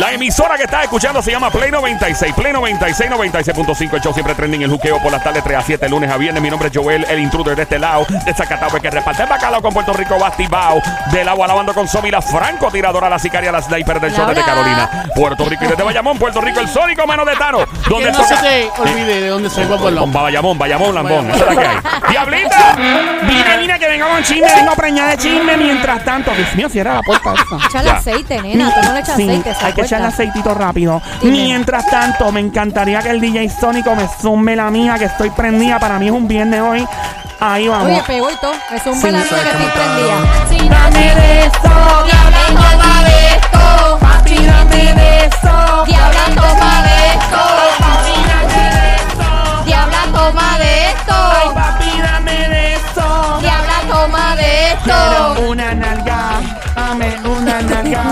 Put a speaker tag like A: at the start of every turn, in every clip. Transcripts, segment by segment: A: La emisora que estás escuchando se llama Play 96. Play 96, 96.5. El show siempre trending. El juqueo por las tardes 3 a 7, lunes a viernes. Mi nombre es Joel, el intruder de este lado. De Zacatau, que reparte el bacalao con Puerto Rico, Bastibao. Del agua lavando con Somi, la francotiradora, la sicaria, la sniper del show
B: Laura.
A: de Carolina. Puerto Rico y desde Bayamón, Puerto Rico, el sónico mano de Taro. Donde
C: Que no se
A: toca-
C: te olvide de dónde soy,
A: Con
C: Guapolón.
A: Bayamón, Bayamón, Lambón. Esa es la que hay. ¡Diablita!
D: Mira, mira, que venga con chisme, vengo preñada de chisme mientras tanto. Dios mío, cierra la puerta esta.
B: Echale
A: Ya.
B: aceite, nena. Tú no le echas
D: Sí,
B: aceite. a esa
D: hay que echarle
B: puerta.
D: aceitito rápido.
B: Dime.
D: Mientras tanto, me encantaría que el DJ Sónico me sume la mía, que estoy prendida. Para mí es un viernes hoy. Ahí vamos.
B: Oye, pegó y todo. Es un
D: Sí,
B: baladín que
C: ¿sabes
B: te
C: cómo está,
B: prendía. Si
D: Dame de eso, diabla, toma de esto. Papi, dame de eso.
B: Diabla toma de esto. Diabla toma de
D: Ay,
B: esto.
D: papi, dame de eso.
B: Diabla toma de esto.
D: Quiero una nalga, dame una nalga.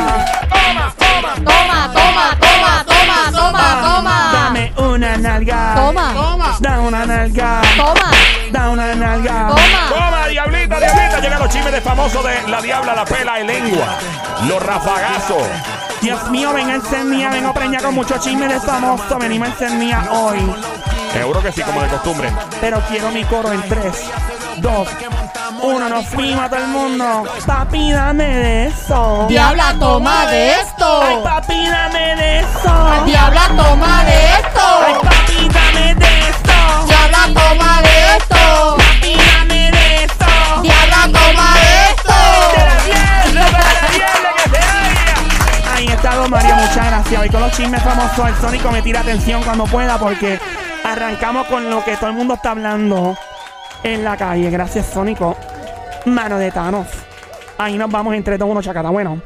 B: Toma, toma, toma, toma, toma, toma.
D: Ah, Dame una nalga.
B: Toma,
D: Da una nalga.
B: toma,
D: Da una nalga.
B: toma.
A: Toma, diablita, diablita. Llegan los chismes de famoso de la diabla, la pela y lengua. Los rafagazos.
D: Dios mío, venga encendida, vengo preña con mucho chisme de famoso. Venimos encendida hoy.
A: Seguro que sí, como de costumbre.
D: Pero quiero mi coro en 3, 2, 1. Nos fuimos a todo el mundo. Papi, dame de eso.
B: Diabla toma de
D: Ay,
B: esto.
D: papi, dame de eso.
B: Diabla toma de
D: Ay,
B: esto.
D: papi, dame de eso.
B: Diabla toma de esto.
D: Papi, dame de eso.
B: Diabla toma de
D: ¡De la
B: esto.
D: diabla, para la diabla que se oiga! Ahí está Don Mario, muchas gracias. Hoy con los chismes famosos, el Sónico me tira atención cuando pueda porque arrancamos con lo que todo el mundo está hablando en la calle. Gracias, Sónico. Mano de Thanos. Ahí nos vamos entre todos uno chacata. Bueno,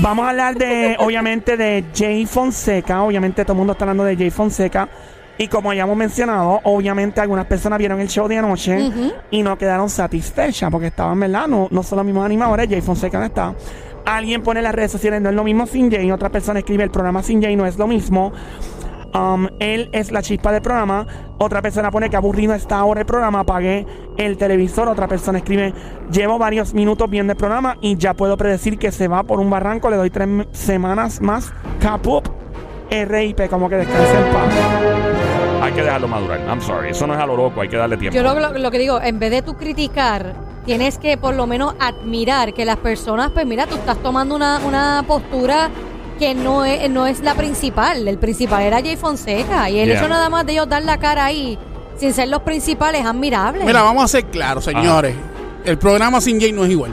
D: vamos a hablar de, obviamente, de Jay Fonseca. Obviamente todo el mundo está hablando de Jay Fonseca. Y como ya hemos mencionado, obviamente algunas personas vieron el show de anoche y no quedaron satisfechas porque estaban, ¿verdad? No, no son los mismos animadores, Jay Fonseca no está. Alguien pone en las redes sociales, no es lo mismo sin Jay. Otra persona escribe, el programa sin Jay no es lo mismo. Um, él es la chispa del programa. Otra persona pone que aburrido está ahora el programa. Apagué el televisor. Otra persona escribe: Llevo varios minutos viendo el programa y ya puedo predecir que se va por un barranco. Le doy tres m- semanas más. Capup. RIP, como que descanse en paz.
A: Hay que dejarlo madurar. I'm sorry. Eso no es a lo loco. Hay que darle tiempo.
B: Yo lo, lo- lo que digo, en vez de tú criticar, tienes que por lo menos admirar que las personas, pues mira, tú estás tomando una, una postura que no es, no es la principal. El principal era Jay Fonseca. Y el
A: Yeah.
B: hecho nada más de ellos dar la cara ahí, sin ser los principales, es admirable.
C: Mira, vamos a ser
A: Ah.
C: claros, señores. El programa sin Jay no es igual.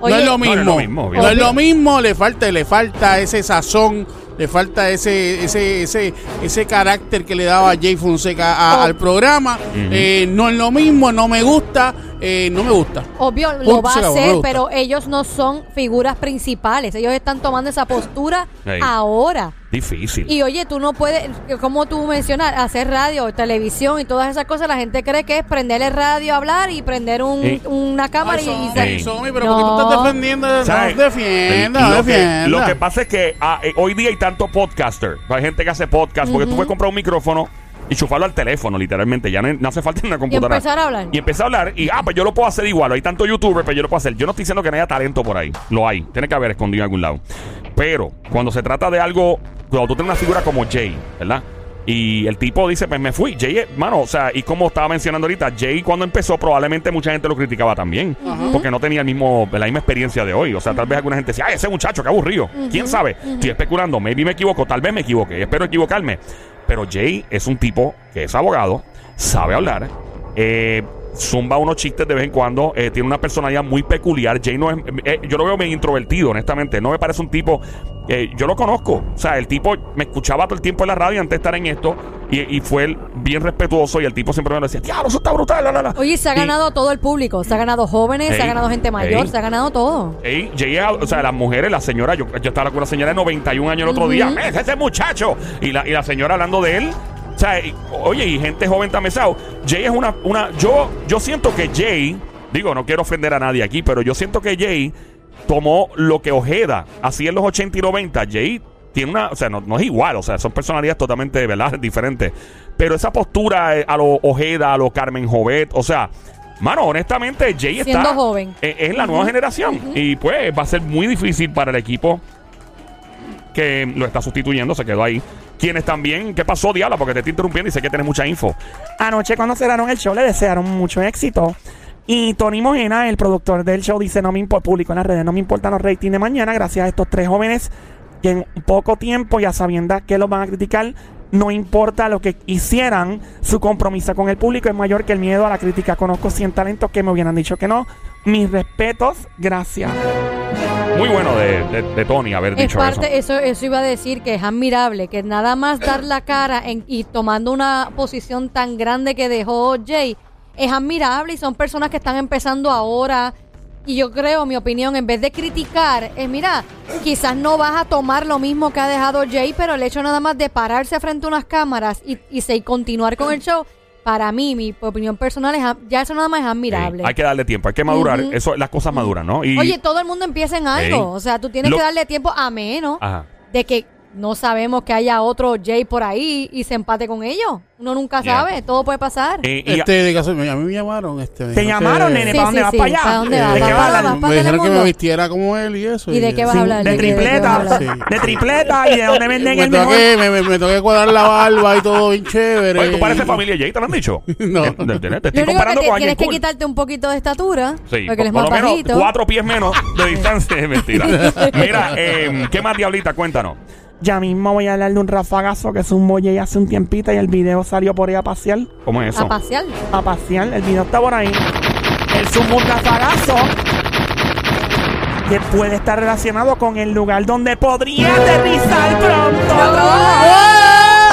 B: Oye,
C: no es
A: No, no
C: lo mismo.
A: es lo mismo, obvio.
C: No es lo mismo, le falta, le falta ese sazón, le falta ese, ese, ese, ese carácter que le daba Jay Fonseca a-
B: Oh.
C: al programa. Eh, no es lo mismo, no me gusta, eh, no me gusta.
B: Obvio, lo
C: Punto,
B: va
C: se
B: a
C: acabó,
B: hacer,
C: me gusta.
B: pero ellos no son figuras principales. Ellos están tomando esa postura
A: Ey.
B: ahora.
A: Difícil.
B: Y oye, tú no puedes, como tú mencionas, hacer radio, televisión y todas esas cosas, la gente cree que es prender el radio, hablar y prender un-
A: Sí.
B: una cámara
C: Ay,
B: y, y
C: Somi,
B: se-
A: Sí.
C: Somi, pero ¿por qué tú estás
B: No.
C: defendiendo?
A: ¿Sabes?
C: No, defienda,
A: lo,
C: defienda.
A: Que, lo que pasa es que ah, eh, hoy día hay tanto podcaster. Hay gente que hace podcast porque tú puedes comprar un micrófono y chufarlo al teléfono, literalmente. Ya no, no hace falta una computadora.
B: empezar a hablar.
A: Y empezar a hablar. Y, ah, pues yo lo puedo hacer igual. Hay tanto youtuber, pero yo lo puedo hacer. Yo no estoy diciendo que no haya talento por ahí. Lo hay. Tiene que haber escondido en algún lado. Pero cuando se trata de algo, cuando tú tienes una figura como Jay, ¿verdad? Y el tipo dice, pues me fui. Jay, eh, mano, o sea, y como estaba mencionando ahorita, Jay cuando empezó probablemente mucha gente lo criticaba también. Porque no tenía el mismo, la misma experiencia de hoy. O sea, tal vez alguna gente decía, ay, ese muchacho, qué aburrido. ¿Quién sabe? Estoy especulando. Maybe me equivoco, tal vez me equivoqué. Espero equivocarme. Pero Jay es un tipo que es abogado, sabe hablar, eh, zumba unos chistes de vez en cuando. eh, tiene una personalidad muy peculiar. Jay no es. eh, yo lo veo bien introvertido, honestamente. No me parece un tipo. eh, yo lo conozco. O sea, el tipo me escuchaba todo el tiempo en la radio antes de estar en esto. Y, y fue él bien respetuoso. Y el tipo siempre me lo decía: Diablo, eso está brutal. La, la, la".
B: Oye, se ha
A: Y-
B: ganado todo el público, se ha ganado jóvenes, se ha
A: Ey,
B: ganado gente mayor,
A: ey.
B: se ha ganado todo.
A: Ey, llegué a- o sea, las mujeres, la señora, yo, yo estaba con una señora de 91 años el otro día, "Ves ese muchacho! Y la, y la señora hablando de él. O sea, y- oye, y gente joven también, ¿sabes? Jay es una, una. Yo, yo siento que Jay, digo, no quiero ofender a nadie aquí, pero yo siento que Jay tomó lo que Ojeda así en los 80 y 90. Jay tiene una, o sea, no, no es igual, o sea, son personalidades totalmente, ¿verdad? Diferentes. Pero esa postura eh, a lo Ojeda, a lo Carmen Jovet, o sea, mano, honestamente, Jay está.
B: Siendo joven.
A: Eh, es la nueva generación y pues va a ser muy difícil para el equipo que lo está sustituyendo, se quedó ahí. Quienes también, ¿qué pasó, Diabla? Porque te estoy interrumpiendo y sé que tienes mucha info.
D: Anoche cuando cerraron el show le desearon mucho éxito. Y Tony Mojena, el productor del show, dice, no me importa, público en las redes, no me importan los ratings de mañana gracias a estos tres jóvenes que en poco tiempo y a sabiendas que los van a criticar, no importa lo que hicieran, su compromiso con el público es mayor que el miedo a la crítica. Conozco 100 talentos que me hubieran dicho que no. Mis respetos, gracias.
A: Muy bueno de, de- de Tony haber
B: Es
A: dicho
B: parte,
A: eso.
B: eso. eso iba a decir que es admirable, que nada más dar la cara en- y tomando una posición tan grande que dejó Jay, es admirable y son personas que están empezando ahora. Y yo creo, mi opinión, en vez de criticar, es mira, quizás no vas a tomar lo mismo que ha dejado Jay, pero el hecho nada más de pararse frente a unas cámaras y, y, se- y continuar con el show, para mí, mi opinión personal, es, a- ya eso nada más es
A: Sí,
B: admirable.
A: hay que darle tiempo, hay que madurar.
B: Ujú.
A: Eso, las cosas maduran, ¿no? Y,
B: Oye, todo el mundo empieza en algo.
A: Ey.
B: O sea, tú tienes
A: Lo-
B: que darle tiempo a menos
A: Ajá.
B: de que no sabemos que haya otro Jay por ahí y se empate con ellos. Uno nunca
A: Yeah.
B: sabe, todo puede pasar.
A: Eh, y-
C: Este, de caso, me- a mí me llamaron. Este, me
D: Te
C: dijeron
D: llamaron,
C: que-
D: nene,
B: Sí,
D: ¿para dónde
B: sí,
D: vas?
B: sí,
D: ¿Para allá? Eh,
B: ¿para dónde vas?
D: ¿De qué
B: ¿Para
D: vas a
B: dónde
D: hablar?
B: vas?
C: Me dijeron que me
B: Telemundo.
C: vistiera como él y eso.
B: ¿Y de qué vas a
D: Sí,
B: hablar?
D: de
B: qué- qué vas a
D: tripleta,
B: hablar?
C: Sí.
D: de tripleta y de dónde venden
C: Me
D: el mejor.
C: toqué, me, me- me toqué cuadrar la barba y todo bien chévere.
A: Oye, tú pareces familia Jay, te lo han dicho. Eh,
C: No.
A: Te, te- te- te
B: Lo
A: estoy
B: único que
A: comparando
B: te-
A: con alguien
B: tienes que
A: cool.
B: quitarte un poquito de estatura,
A: Sí,
B: porque él es
A: por
B: más
A: lo menos
B: bajito.
A: cuatro pies menos de distancia. Es mentira. Mira, eh, ¿qué más, Diablita? Cuéntanos.
D: Ya mismo voy a hablar de un rafagazo que zumbó Jay hace un tiempito y el video salió por ahí a pasear.
A: ¿Cómo es eso?
B: A pasear.
D: A pasear, el video está por ahí. El zumbó un rafagazo que puede estar relacionado con el lugar donde podría aterrizar pronto.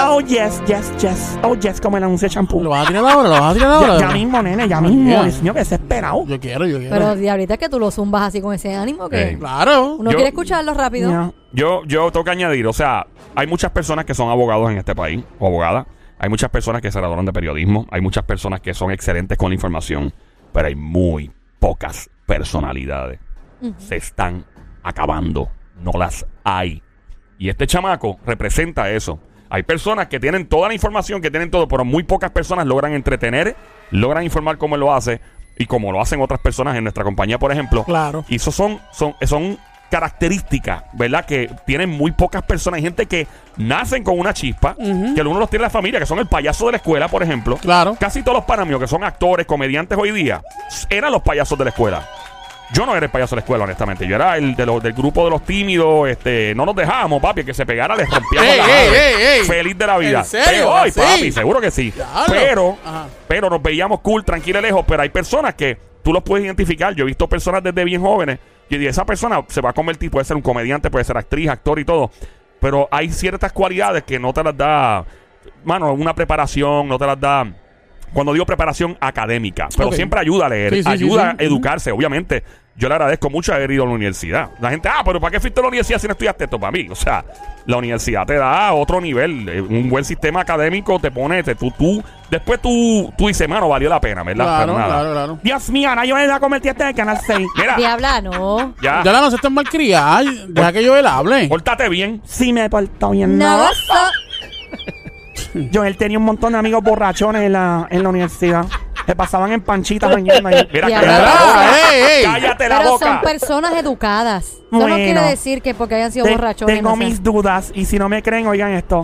D: Oh, yes, yes, yes. Oh, yes, como el anuncio
C: ¿Lo
D: de champú.
C: vas a tirar ahora? ¿Lo vas a tirar
D: Ya,
C: ahora?
D: ya mismo, nene, ya mismo.
C: Mira.
D: El señor que desesperado.
C: Yo quiero, yo quiero.
D: Eh.
B: Pero diablita es que tú lo zumbas así con ese ánimo que
A: Ey.
C: claro.
B: uno
A: Yo-
B: quiere escucharlo rápido.
D: Ya.
A: Yo, yo tengo que añadir, o sea, hay muchas personas que son abogados en este país, o abogadas. Hay muchas personas que se graduaron de periodismo. Hay muchas personas que son excelentes con la información. Pero hay muy pocas personalidades. Se están acabando. No las hay. Y este chamaco representa eso. Hay personas que tienen toda la información, que tienen todo, pero muy pocas personas logran entretener, logran informar cómo él lo hace y como lo hacen otras personas en nuestra compañía, por ejemplo.
C: Claro.
A: Y eso son, son, son características, ¿verdad? Que tienen muy pocas personas. Hay gente que nacen con una chispa, que algunos los tiene la familia, que son el payaso de la escuela, por ejemplo.
C: Claro.
A: Casi todos los panamios que son actores, comediantes hoy día, eran los payasos de la escuela. Yo no era el payaso de la escuela, honestamente. Yo era el de los, del grupo de los tímidos. Este, no nos dejábamos, papi. El que se pegara les rompíamos
C: Ey,
A: la
C: ey,
A: madre.
C: ey, ey.
A: Feliz de la vida.
C: ¿En serio?
A: Pero, ay,
C: ¿Así?
A: papi, seguro que sí.
C: Diablo.
A: Pero,
C: Ajá.
A: pero nos veíamos cool, tranquila, lejos. Pero hay personas que tú los puedes identificar. Yo he visto personas desde bien jóvenes. Y esa persona se va a convertir, puede ser un comediante, puede ser actriz, actor y todo. Pero hay ciertas cualidades que no te las da, mano, una preparación, no te las da. Cuando digo preparación académica, pero
C: Ok.
A: siempre ayuda a leer,
C: Sí, sí, sí,
A: ayuda
C: sí.
A: a educarse, obviamente. Yo le agradezco mucho haber ido a la universidad. La gente, ah, pero ¿para qué fuiste a la universidad si no estudiaste esto? Para mí, o sea, la universidad te da otro nivel, eh, un buen sistema académico, te pone, te- tú, tú, después tú, tú dices, mano, valió la pena, ¿verdad?
C: Claro,
A: Pero nada.
C: claro, claro.
D: Dios mío, ahora yo la convertiste en el canal 6.
A: Mira,
B: Diabla, no.
D: Ah.
A: ya,
C: Ya la no se están malcriadas. Deja que yo él hable.
A: pórtate bien.
D: Sí, me he portado bien.
B: Nada.
D: nada. Yo él tenía un montón de amigos borrachones en la, en la universidad. Se pasaban en panchitas bañando ahí.
A: Mira,
B: Ya.
A: cállate la boca.
C: Ey, ey.
A: Cállate la
B: Pero
A: boca.
B: son personas educadas. Eso
D: Bueno.
B: no quiere decir que porque hayan sido
D: Te-
B: borrachones.
D: tengo
B: no sean-
D: mis dudas y si no me creen, oigan esto.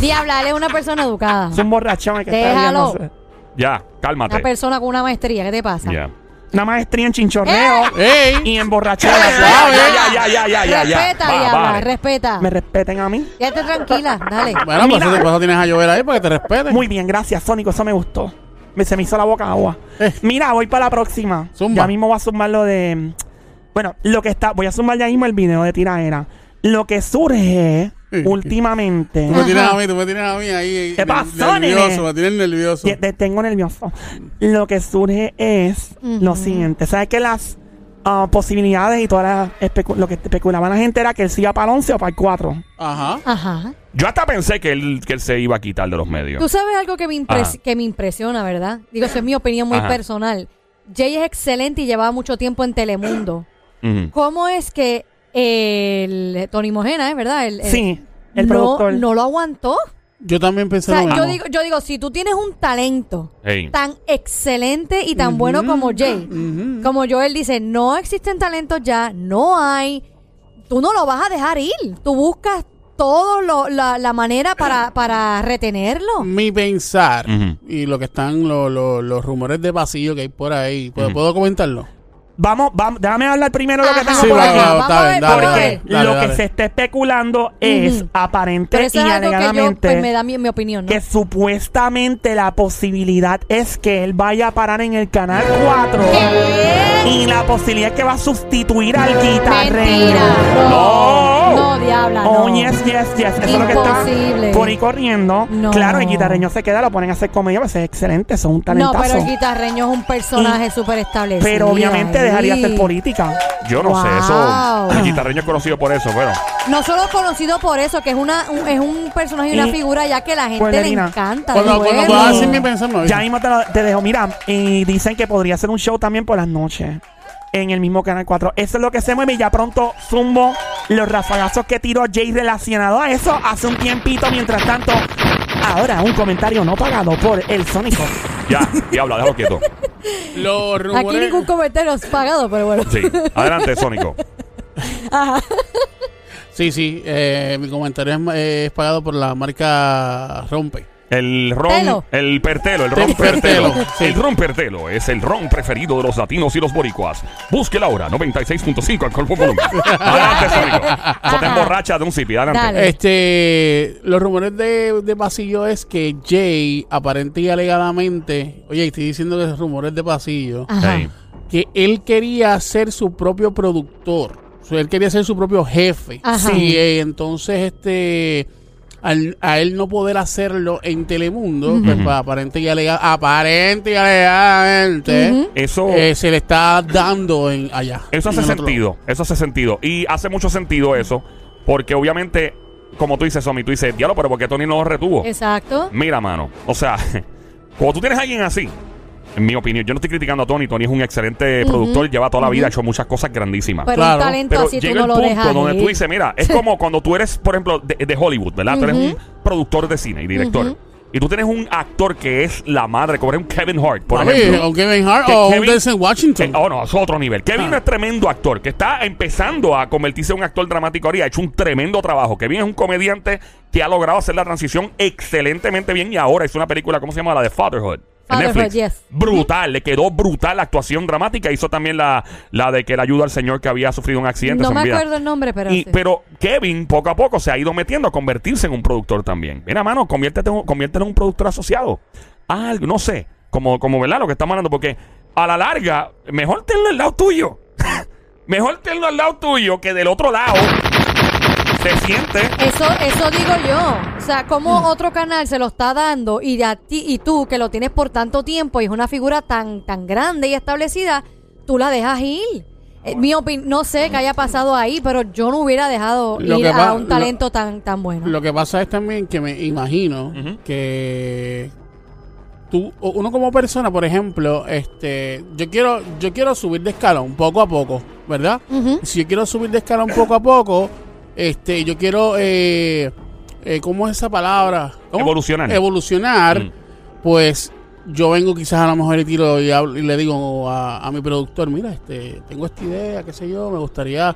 B: Diabla, él es una persona educada.
D: Es un borrachón el que
B: Déjalo.
D: está viendo.
A: Ya,
B: Una
A: cálmate.
B: persona con una maestría, ¿qué te pasa?
A: Ya.
D: Una maestría en
B: Eh.
D: chinchorreo
C: Ey.
D: y en borrachera.
C: Ah,
A: Ya, ya, ya, ya, ya, ya, ya.
B: Respeta,
A: Va,
B: diabla,
A: vale.
B: respeta.
D: Me respeten a mí.
B: Ya te tranquila, dale.
C: Bueno, pues eso, por eso tienes a llover ahí para que te respeten.
D: Muy bien, gracias, Sónico. Eso me gustó. Me, se me hizo la boca agua.
C: Eh.
D: Mira, voy para la próxima.
C: Zumba.
D: Ya mismo voy a sumar lo de. Bueno, lo que está. Voy a sumar ya mismo el video de tiraera. Lo que surge
C: Eh.
D: últimamente.
C: Tú me tienes
B: Ajá.
C: a mí, tú me tienes a mí ahí.
D: ¿Qué
C: ne-
D: pasó, nene?
C: Nervioso, me tienes nervioso.
D: Te- te tengo nervioso. Lo que surge es lo siguiente. ¿Sabes que las ah, posibilidades y todas las especu- lo que especulaba la gente era que él se iba para el 11 o para el 4?
C: Ajá.
B: Ajá.
A: Yo hasta pensé que él, que él se iba a quitar de los medios.
B: Tú sabes algo que me, impres-
A: Ajá.
B: que me impresiona, ¿verdad? Digo, eso es mi opinión muy
A: Ajá.
B: personal. Jay es excelente y llevaba mucho tiempo en Telemundo.
A: Ujú.
B: ¿Cómo es que el Tony Mojena, ¿eh? ¿verdad? El, el-
D: Sí, el
B: no,
D: productor.
B: no lo aguantó.
C: Yo también
B: O
C: pensé lo
B: sea, yo
C: mismo.
B: digo, yo digo, si tú tienes un talento
A: Ey.
B: tan excelente y tan bueno como Jay, como Joel dice, no existen talentos ya, no hay. tú no lo vas a dejar ir. Tú buscas toda la, la manera para, para retenerlo.
D: Mm.
C: mi pensar
A: Ujú.
C: y lo que están lo- lo- los rumores de pasillo que hay por ahí. ¿Puedo, puedo comentarlo?
D: Vamos, vamos, déjame hablar primero lo que
B: Ajá.
D: tengo
C: Sí,
D: por
C: va,
D: aquí.
C: va, está
B: a
C: bien,
B: ver,
C: dale,
B: Ah, vamos a
C: dale.
B: ver.
D: Porque lo que se está especulando es
B: Ujú.
D: aparente
B: Pero
D: y
B: eso es algo que yo,
D: alegadamente
B: pues, me da mi, mi opinión, ¿no?
D: que supuestamente la posibilidad es que él vaya a parar en el canal 4
B: ¿Qué?
D: y la posibilidad es que va a sustituir al guitarrero.
B: Mentira.
D: No.
B: No. No, diabla, no.
D: Oh, yes, yes, yes. Eso es lo que está
B: Imposible.
D: por ahí corriendo.
B: No.
D: Claro, el guitarreño se queda, lo ponen a hacer comedia, pues es excelente, son un
B: No,
D: talentazo.
B: pero el guitarreño es un personaje súper establecido.
D: Pero obviamente dejaría de
B: ser
D: ser política.
A: Yo no sé, eso.
B: Wow.
A: El guitarreño es conocido por eso, bueno.
B: No solo conocido por eso, que es una un- es un personaje y una
D: Y-
B: figura ya que la gente
D: Pues,
B: le
D: Lorena,
B: encanta. eh.
C: Cuando,
B: de
C: cuando
B: nuevo.
C: pueda decir mi pensar, me
D: Ya
C: avisa.
D: mismo te, lo- te dejo. Mira, y dicen que podría ser un show también por las noches. En el mismo Canal 4. Eso es lo que se mueve y ya pronto zumbo los rafagazos que tiró Jay relacionado a eso hace un tiempito. Mientras tanto, ahora un comentario no pagado por el Sónico.
A: Ya, diabla, déjalo quieto.
C: Los
B: Aquí
C: rumores.
B: ningún comentario es pagado, pero bueno.
A: Sí. Adelante, Sónico.
B: Ajá.
C: Sí, sí, eh, mi comentario es, eh, es pagado por la marca Rompe.
A: El ron,
B: Telo.
A: el pertelo, el ron
C: Pertelo,
A: pertelo.
C: sí.
A: El ron pertelo es el ron preferido de los latinos y los boricuas. Búsquela ahora, 96.5 alcohol por volumen. Adelante, Sónico. No te
B: Ajá.
A: emborrachas de un sipi, adelante.
B: Dale.
C: Este, los rumores de, de pasillo es que Jay, aparente y alegadamente, oye, estoy diciendo que es rumores de pasillo,
B: Ajá.
A: Hey.
C: que él quería ser su propio productor. O sea, él quería ser su propio jefe.
B: Ajá.
C: Y eh, entonces, este, al- a él no poder hacerlo en Telemundo, pues, pa- aparente y alega- aparente y alegadamente,
B: Ujú.
A: Eso,
C: eh, se le está dando en allá.
A: eso hace
C: en el otro lado.
A: sentido. Eso hace sentido. Y hace mucho sentido eso. Porque obviamente, como tú dices, Somi, tú dices, diablo, pero ¿por qué Tony no lo retuvo?
B: Exacto.
A: Mira, mano. O sea, cuando tú tienes a alguien así, en mi opinión, yo no estoy criticando a Tony. Tony es un excelente productor, lleva toda la vida, ha hecho muchas cosas grandísimas.
B: Pero
C: Claro.
B: un talento
A: Pero
B: Pues, así tú
A: llega
B: no
A: el
B: lo dejas.
A: punto donde
B: ir.
A: tú dices, mira, es como cuando tú eres, por ejemplo, de, de Hollywood, ¿verdad? Tú eres un productor de cine y director.
B: Ujú.
A: Y tú tienes un actor que es la madre, como eres un Kevin Hart, por
C: Papi,
A: ejemplo.
C: o Kevin Hart
A: Que
C: o un
A: Kevin-
C: Denzel Washington.
A: Eh, oh, no, es otro nivel. Kevin
C: Ah.
A: es tremendo actor, que está empezando a convertirse en un actor dramático ahora y ha hecho un tremendo trabajo. Kevin es un comediante que ha logrado hacer la transición excelentemente bien y ahora hizo una película, ¿cómo se llama? La de Fatherhood. en
B: Fatherhood,
A: Netflix.
B: yes.
A: Brutal, le quedó brutal la actuación dramática. Hizo también la, la de que le ayuda al señor que había sufrido un accidente.
B: no
A: se
B: me
A: olvida.
B: acuerdo el nombre, pero.
A: Y-
B: sí.
A: pero Kevin poco a poco se ha ido metiendo a convertirse en un productor también. Mira, mano, conviértete, en un- conviértelo en un productor asociado. Algo, no sé, como, como ¿verdad? Lo que estamos hablando, porque a la larga, mejor tenlo al lado tuyo. mejor tenlo al lado tuyo que del otro lado se siente.
B: Eso, eso digo yo. O sea, como otro canal se lo está dando y a ti y tú que lo tienes por tanto tiempo y es una figura tan tan grande y establecida, tú la dejas ir. Eh, mi opin- no sé qué haya pasado ahí, pero yo no hubiera dejado
C: Lo
B: ir
C: que
B: a
C: pa-
B: un talento tan tan bueno.
C: Lo que pasa es también que me imagino
A: Ujú.
C: que tú, o- uno como persona, por ejemplo, este, yo quiero, yo quiero subir de escalón poco a poco, ¿verdad?
B: Ujú.
C: Si yo quiero subir de escalón poco a poco, este, yo quiero, eh, eh, ¿cómo es esa palabra? ¿Cómo?
A: Evolucionar.
C: Evolucionar,
A: Mm.
C: pues yo vengo quizás a lo mejor y tiro y, hablo- y le digo a, a mi productor, mira, este, tengo esta idea, qué sé yo, me gustaría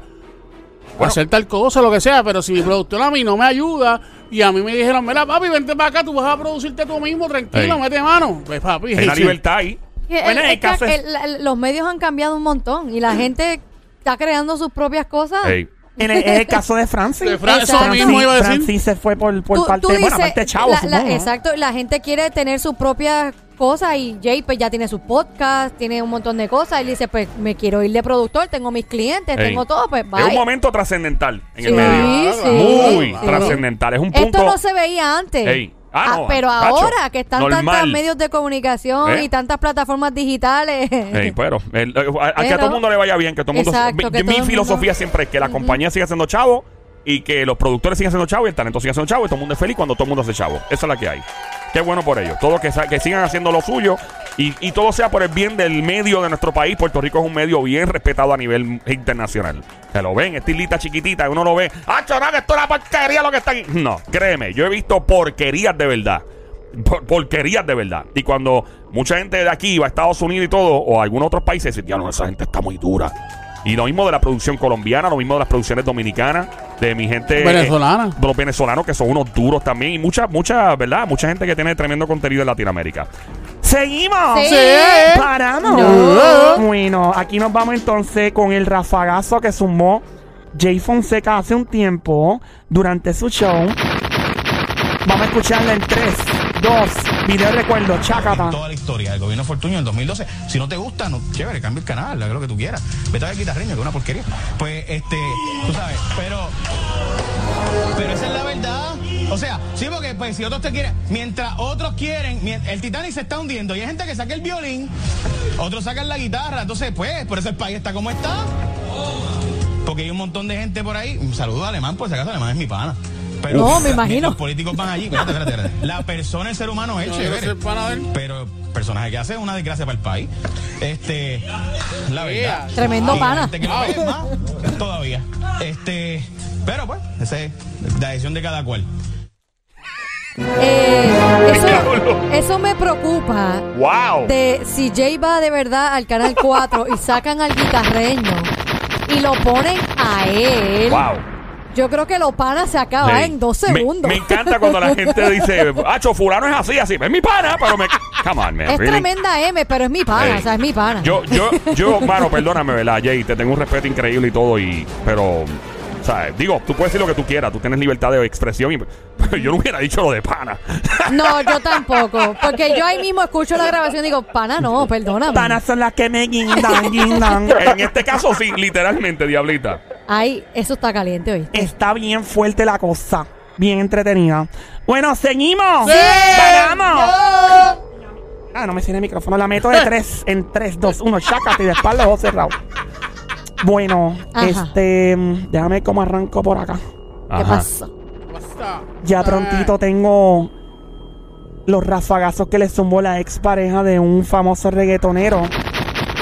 A: Bueno.
C: hacer tal cosa, lo que sea, pero si mi productor a mí no me ayuda y a mí me dijeron, mira, papi, vente para acá, tú vas a producirte tú mismo, tranquilo,
A: Ey.
C: mete mano. Pues papi,
A: Hay una
C: sí.
A: libertad ahí.
B: Que
D: Bueno, en
B: el- es que
D: el caso es-
B: el- la- los medios han cambiado un montón y la gente está creando sus propias cosas.
A: Ey.
D: En el, es el caso de Francis.
C: De Fran-
B: eso
D: Francis-
C: mismo iba a decir.
D: Francis se fue por, por
B: Tú- tú
D: parte, bueno,
B: dices,
D: aparte de Chavo,
B: la- la-
D: supongo, ¿no?
B: Exacto, la gente quiere tener sus propias cosas y Jay pues ya tiene sus podcasts, tiene un montón de cosas. Él dice, pues me quiero ir de productor, tengo mis clientes,
A: Ey.
B: tengo todo, pues bye.
A: Es un momento trascendental en
B: Sí,
A: el medio.
B: sí.
A: Muy
B: Sí.
A: trascendental. Es un punto.
B: Esto no se veía antes.
A: Ey. Ah, no,
B: pero
A: chacho,
B: ahora que están tantos
A: normal.
B: medios de comunicación
A: Eh.
B: y tantas plataformas digitales.
A: Ey, pero, el- eh, a, a que a
B: Pero-
A: todo el mundo le vaya bien, que todo el mundo.
B: Exacto,
A: mi
B: que
A: mi
B: todo el
A: filosofía
B: mundo-
A: siempre es que la compañía siga siendo chavo y que los productores sigan siendo chavo y el talento siga siendo chavo y todo el mundo es feliz cuando todo el mundo hace chavo. Esa es la que hay. Qué bueno por ellos. Todo que, sa- que sigan haciendo lo suyo y, y todo sea por el bien del medio de nuestro país. Puerto Rico es un medio bien respetado a nivel internacional. Se lo ven, estilita chiquitita, uno lo ve. ¡Ah, chorá, que esto es una porquería lo que está aquí! No, créeme, yo he visto porquerías de verdad por- porquerías de verdad. Y cuando mucha gente de aquí va a Estados Unidos y todo, o a algunos otros países, dicen, diablo, esa gente está muy dura. Y lo mismo de la producción colombiana, lo mismo de las producciones dominicanas, de mi gente. eh,
C: Venezolana.
A: de los venezolanos que son unos duros también. Y mucha, mucha, ¿verdad? Mucha gente que tiene tremendo contenido en Latinoamérica.
D: ¡Seguimos!
B: Sí.
D: ¡Paramos!
C: No.
D: Bueno, aquí nos vamos entonces con el rafagazo que sumó Jay Fonseca hace un tiempo durante su show. Vamos a escucharla en 3, 2, video recuerdo, chácata.
E: Toda la historia del gobierno Fortuño en el 2012. Si no te gusta, no, chévere, cambia el canal, haz lo que tú quieras. Vete a ver guitarreño, que es una porquería. Pues, este, tú sabes, pero. Pero esa es la verdad. O sea, sí, porque pues, si otros te quieren, mientras otros quieren, mien- el Titanic se está hundiendo y hay gente que saca el violín, otros sacan la guitarra. Entonces, pues, por eso el país está como está. Porque hay un montón de gente por ahí. Un saludo a Alemán, por si acaso Alemán es mi pana. Pero
B: No, me imagino.
E: Los políticos van allí. Espérate, espérate, espérate. La persona, el ser humano es
C: No,
E: chévere.
C: yo soy pana de él.
E: Pero el personaje que hace es una desgracia para el país. Este, la verdad.
B: Tremendo
E: Y la
B: pana.
E: gente que lo ve más, todavía. Este, pero pues, esa es la decisión de cada cual.
B: Eh, eso,
A: Diablo.
B: eso me preocupa
A: ¡Wow!
B: de si Jay va de verdad al canal 4 y sacan al guitarreño y lo ponen a él.
A: ¡Wow!
B: Yo creo que lo pana se acaba
A: Sí.
B: Ah, en dos
A: Me-
B: segundos.
A: Me, encanta cuando la gente dice, Acho, fulano es así, así. Es mi pana, pero me. Come on, man.
B: es
A: really?
B: tremenda M, pero es mi pana,
A: Ey.
B: o sea, es mi pana.
A: Yo, yo, yo, mano, perdóname, ¿verdad, Jay? Te tengo un respeto increíble y todo, y, pero, o sea, digo, tú puedes decir lo que tú quieras, tú tienes libertad de expresión, y, pero yo no hubiera dicho lo de pana.
B: No, yo tampoco. Porque yo ahí mismo escucho la grabación y digo, pana, no, perdóname.
D: Panas son las que me guindan, guindan.
A: en este caso, sí, literalmente, diablita.
B: Ay, eso está caliente hoy.
D: Está bien fuerte la cosa. Bien entretenida. Bueno, seguimos.
C: ¡Sí!
D: ¡Paramos! Ah, no me tiene el micrófono. La meto de tres en 3, 2, 1. Chácate y de espalda, ojos cerrados. Bueno,
B: Ajá.
D: este. mm, Déjame ver cómo arranco por acá.
B: ¿Qué pasa?
C: Basta.
D: Ya prontito tengo los rafagazos que le zumbó la ex pareja de un famoso reggaetonero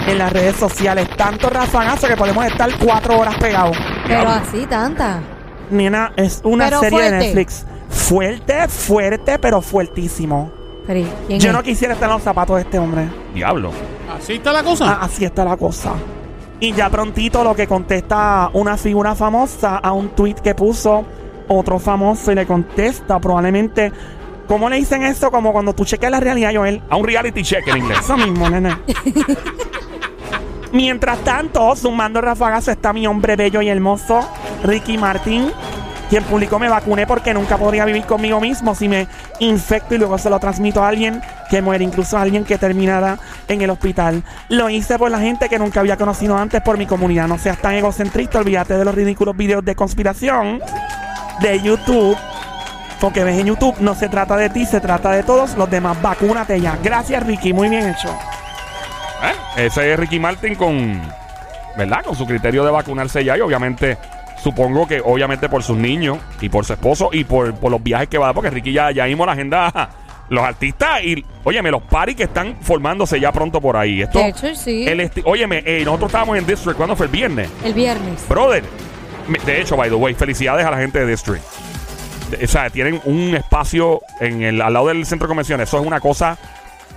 D: en las redes sociales. Tanto rafagazo que podemos estar cuatro horas pegados.
B: Pero así tanta.
D: Nena, es una
B: Pero
D: serie de
B: fuerte.
D: Netflix. Fuerte, fuerte, pero fuertísimo.
B: Pero, ¿y ¿quién
D: Yo
B: es?
D: no quisiera estar en los zapatos de este hombre.
A: Diablo.
C: Así está la cosa.
D: Ah, así está la cosa. Y ya prontito lo que contesta una figura famosa a un tweet que puso otro famoso y le contesta probablemente. ¿Cómo le dicen eso? Como cuando tú chequeas la realidad, Joel.
A: A un reality check en inglés.
D: Eso mismo, nena. Mientras tanto, sumando rafagazo está mi hombre bello y hermoso, Ricky Martín, quien publicó me vacuné porque nunca podría vivir conmigo mismo si me infecto y luego se lo transmito a alguien que muere, incluso a alguien que terminará en el hospital. Lo hice por la gente que nunca había conocido antes por mi comunidad. No seas tan egocentrista, olvídate de los ridículos videos de conspiración de YouTube. Porque ves en YouTube, no se trata de ti, se trata de todos los demás. Vacúnate ya. Gracias, Ricky. Muy bien hecho.
A: ¿Eh? Ese es Ricky Martin con, ¿verdad? Con su criterio de vacunarse ya y obviamente, supongo que obviamente por sus niños y por su esposo y por, por los viajes que va a dar, porque Ricky ya, ya mismo la agenda, los artistas y, óyeme, los paris que están formándose ya pronto por ahí. Esto,
B: De hecho, sí.
A: el esti- óyeme, eh, nosotros estábamos en District, ¿cuándo fue el viernes?
B: El viernes.
A: Brother, me- de hecho, by the way, felicidades a la gente de District. De- O sea, tienen un espacio en el, al lado del centro de convenciones. Eso es una cosa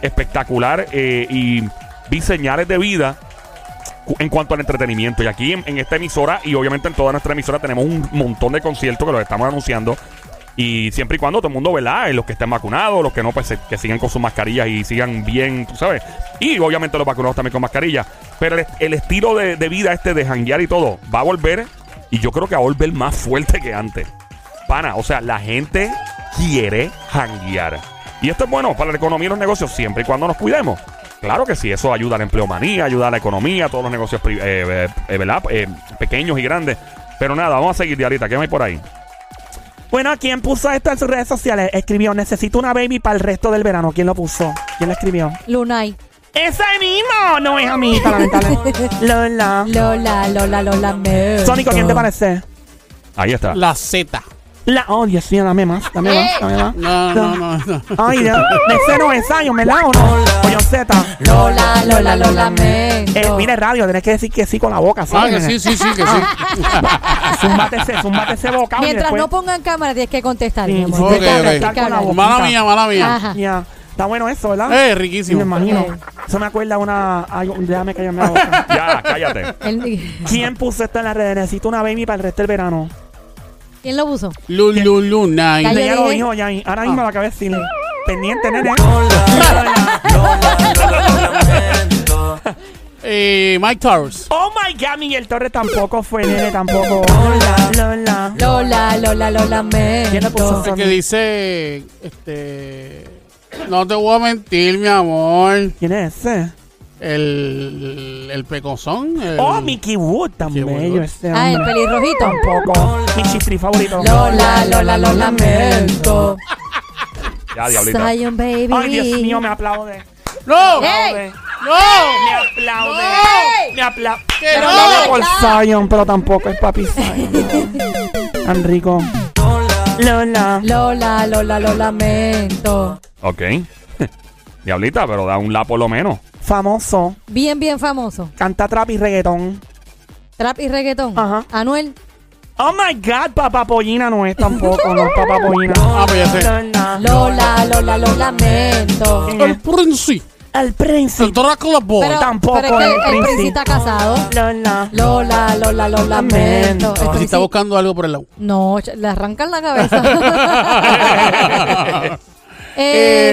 A: espectacular. eh, y vi señales de vida cu- en cuanto al entretenimiento. Y aquí en, en esta emisora, y obviamente en toda nuestra emisora, tenemos un montón de conciertos que los estamos anunciando. Y siempre y cuando todo el mundo, ¿verdad? Eh, Los que estén vacunados, los que no, pues se- que sigan con sus mascarillas y sigan bien, tú sabes. Y obviamente los vacunados también con mascarillas. Pero el, est- el estilo de, de vida este de janguear y todo va a volver. Y yo creo que va a volver más fuerte que antes. Pana, o sea, la gente quiere janguear. Y esto es bueno para la economía y los negocios siempre y cuando nos cuidemos. Claro que sí, eso ayuda a la empleomanía, ayuda a la economía, todos los negocios pri- eh, eh, eh, ¿verdad? Eh, pequeños y grandes. Pero nada, vamos a seguir de ahorita. ¿Qué hay por ahí?
D: Bueno, ¿quién puso esto en sus redes sociales? Escribió, necesito una baby para el resto del verano. ¿Quién lo puso? ¿Quién lo escribió?
B: Lunay.
D: ¡Ese mismo! No es a mí, lamentable. Lola.
B: Lola, Lola, Lola, me.
D: Sónico, ¿quién te parece?
A: Ahí está.
C: La Z.
D: La... Oh, Dios mío, dame más, dame más, dame más.
C: No, no, no, no.
D: Ay, Dios. Ese no es año, ¿verdad o no? Oye, Z.
B: Lola, Lola, Lola, me.
D: Eh, mire, radio, tenés que decir que sí con la boca,
C: Ah,
D: ¿sabes?
C: que sí, sí, sí, que sí.
D: Zúmbate ese, zúmbate ese pues. bocado. y
B: Mientras
D: después-
B: no pongan cámara, tienes que contestar. mi
D: Sí,
B: amor.
C: Ok,
D: intenta
C: ok.
D: contestar con la boquita.
C: Mala mía, mala mía.
B: Ajá.
D: Ya. Está bueno eso, ¿verdad?
C: Eh,
D: Sí, me
C: riquísimo.
D: imagino.
B: Ok.
D: Eso me acuerda a una. ay, déjame callarme la boca.
A: Ya, cállate.
B: El-
D: ¿Quién puso esto en las redes? Necesito una baby para el resto del verano.
B: ¿Quién lo puso?
C: Lulu Luna.
B: Ay, Ah, yo
D: Ella lo
B: dije-
D: dijo ya. y Ahora mismo lo acabé de decir. Pendiente, nene.
C: Eh, Mike Towers.
D: Oh my god, Miguel Torres tampoco fue nene, tampoco. Lola.
B: Lola, Lola, lo
D: ¿Quién le puso
B: lamento.
D: eso?
C: Que dice. Este. No te voy a mentir, mi amor.
D: ¿Quién es ese?
C: El. El pecozón. el-
D: Oh, Mickey Wood, tan
C: Mickey Wood.
D: bello este
B: Ah, el
D: hombre.
B: pelirrojito.
D: Tampoco. Mi chistri favorito.
B: Lola, Lola, lo lamento.
A: Ya, diablita.
B: Zion, baby.
D: Ay, Dios mío, me aplaude.
C: ¡No!
B: ¡Ey!
D: Aplaude. Me
C: ¡No! ¡No!
D: aplaude. Me aplaude.
C: ¡Que
D: Pero
C: no!
D: no hablo por Zion, pero tampoco es papi Zion. Tan rico. Lola.
B: Lola, Lola, lo lamento.
A: Ok. diablita, pero da un la por lo menos.
D: Famoso.
B: Bien, bien famoso.
D: Canta trap y reggaetón.
B: Trap y reggaetón.
D: Ajá.
B: Anuel.
D: Oh my god, papá pollina no es tampoco, no es papá pollina.
C: Ah, pues ya sé.
D: Lola.
B: Lola, Lola, lo lamento.
D: ¿Quién
C: El
D: es?
C: Prince.
D: El
C: El
D: príncipe.
C: Drácula Boy.
B: Pero,
D: tampoco
B: pero
D: el
B: es que el
D: príncipe.
B: príncipe está casado.
D: Lola.
B: Lola, Lola, lo lamento. Esto
C: Si
B: sí-
C: está buscando algo por el lado.
B: No, ch- le arrancan la cabeza. Eh,
C: Eh,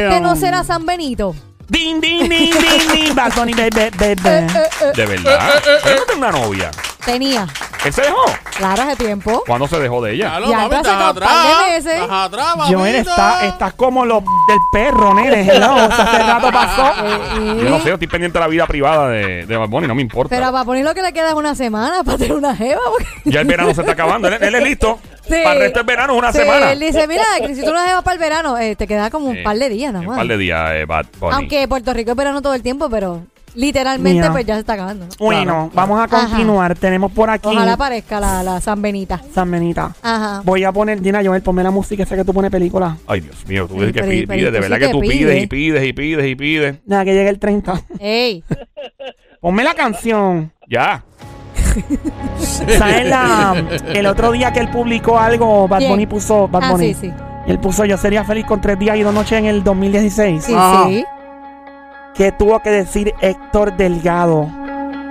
B: este no
C: um.
B: será San Benito.
D: Din, din, din, din, din. Bad Bunny, bebé,
B: Eh,
D: bebé.
B: eh, eh.
A: De verdad. Yo no tengo una novia.
B: Tenía,
A: ¿Él se dejó?
B: claro, hace tiempo.
A: ¿Cuándo se dejó de ella?
C: Claro,
B: Ya,
C: papi,
B: pero hace
C: estás
B: como un par de
C: atrás.
B: meses.
C: Estás atrás,
D: Joel,
C: papito.
D: está, estás como los del perro, nene. Hello, o sea, hace rato pasó.
B: Eh,
A: Yo no sé, yo estoy pendiente de la vida privada de, de Bad Bunny, no me importa.
B: Pero para poner lo que le queda es una semana para tener una jeva. porque-
A: Ya el verano se está acabando. Él, él es listo.
B: Sí.
A: Para el resto del verano es una
B: Sí,
A: semana.
B: Él dice, mira, que necesito una jeva para el verano. Eh, te queda como un
A: Sí.
B: par de días nada
A: Un
B: más.
A: par de días, eh, Bad Bunny.
B: Aunque Puerto Rico es verano todo el tiempo, pero literalmente
D: Mira.
B: pues ya se está acabando. ¿no?
D: Bueno, vamos a continuar. Tenemos por aquí.
B: Ojalá
A: Mm.
B: aparezca la, la San Benita.
D: San Benita.
B: Ajá.
D: Voy a poner, Dina Joel, ponme la música esa que tú pones película.
A: Ay, Dios mío, tú
B: Ay,
A: ves que
B: pero-
A: pi-
B: pero
A: pides, de
B: tú
A: verdad que
B: sí que
A: tú pides y
B: pides.
A: pides y pides y pides.
D: Nada, que llegue el 30.
B: Ey,
D: Ponme la canción.
A: Ya.
D: ¿Sabes la, el otro día que él publicó algo, Bad
B: ¿Quién?
D: Bunny puso, Bad
B: Ah,
D: Bunny,
B: sí, sí.
D: él puso yo sería feliz con tres días y dos noches en el 2016.
B: sí,
A: Ah,
C: Ajá.
B: sí.
D: ¿Qué tuvo que decir Héctor Delgado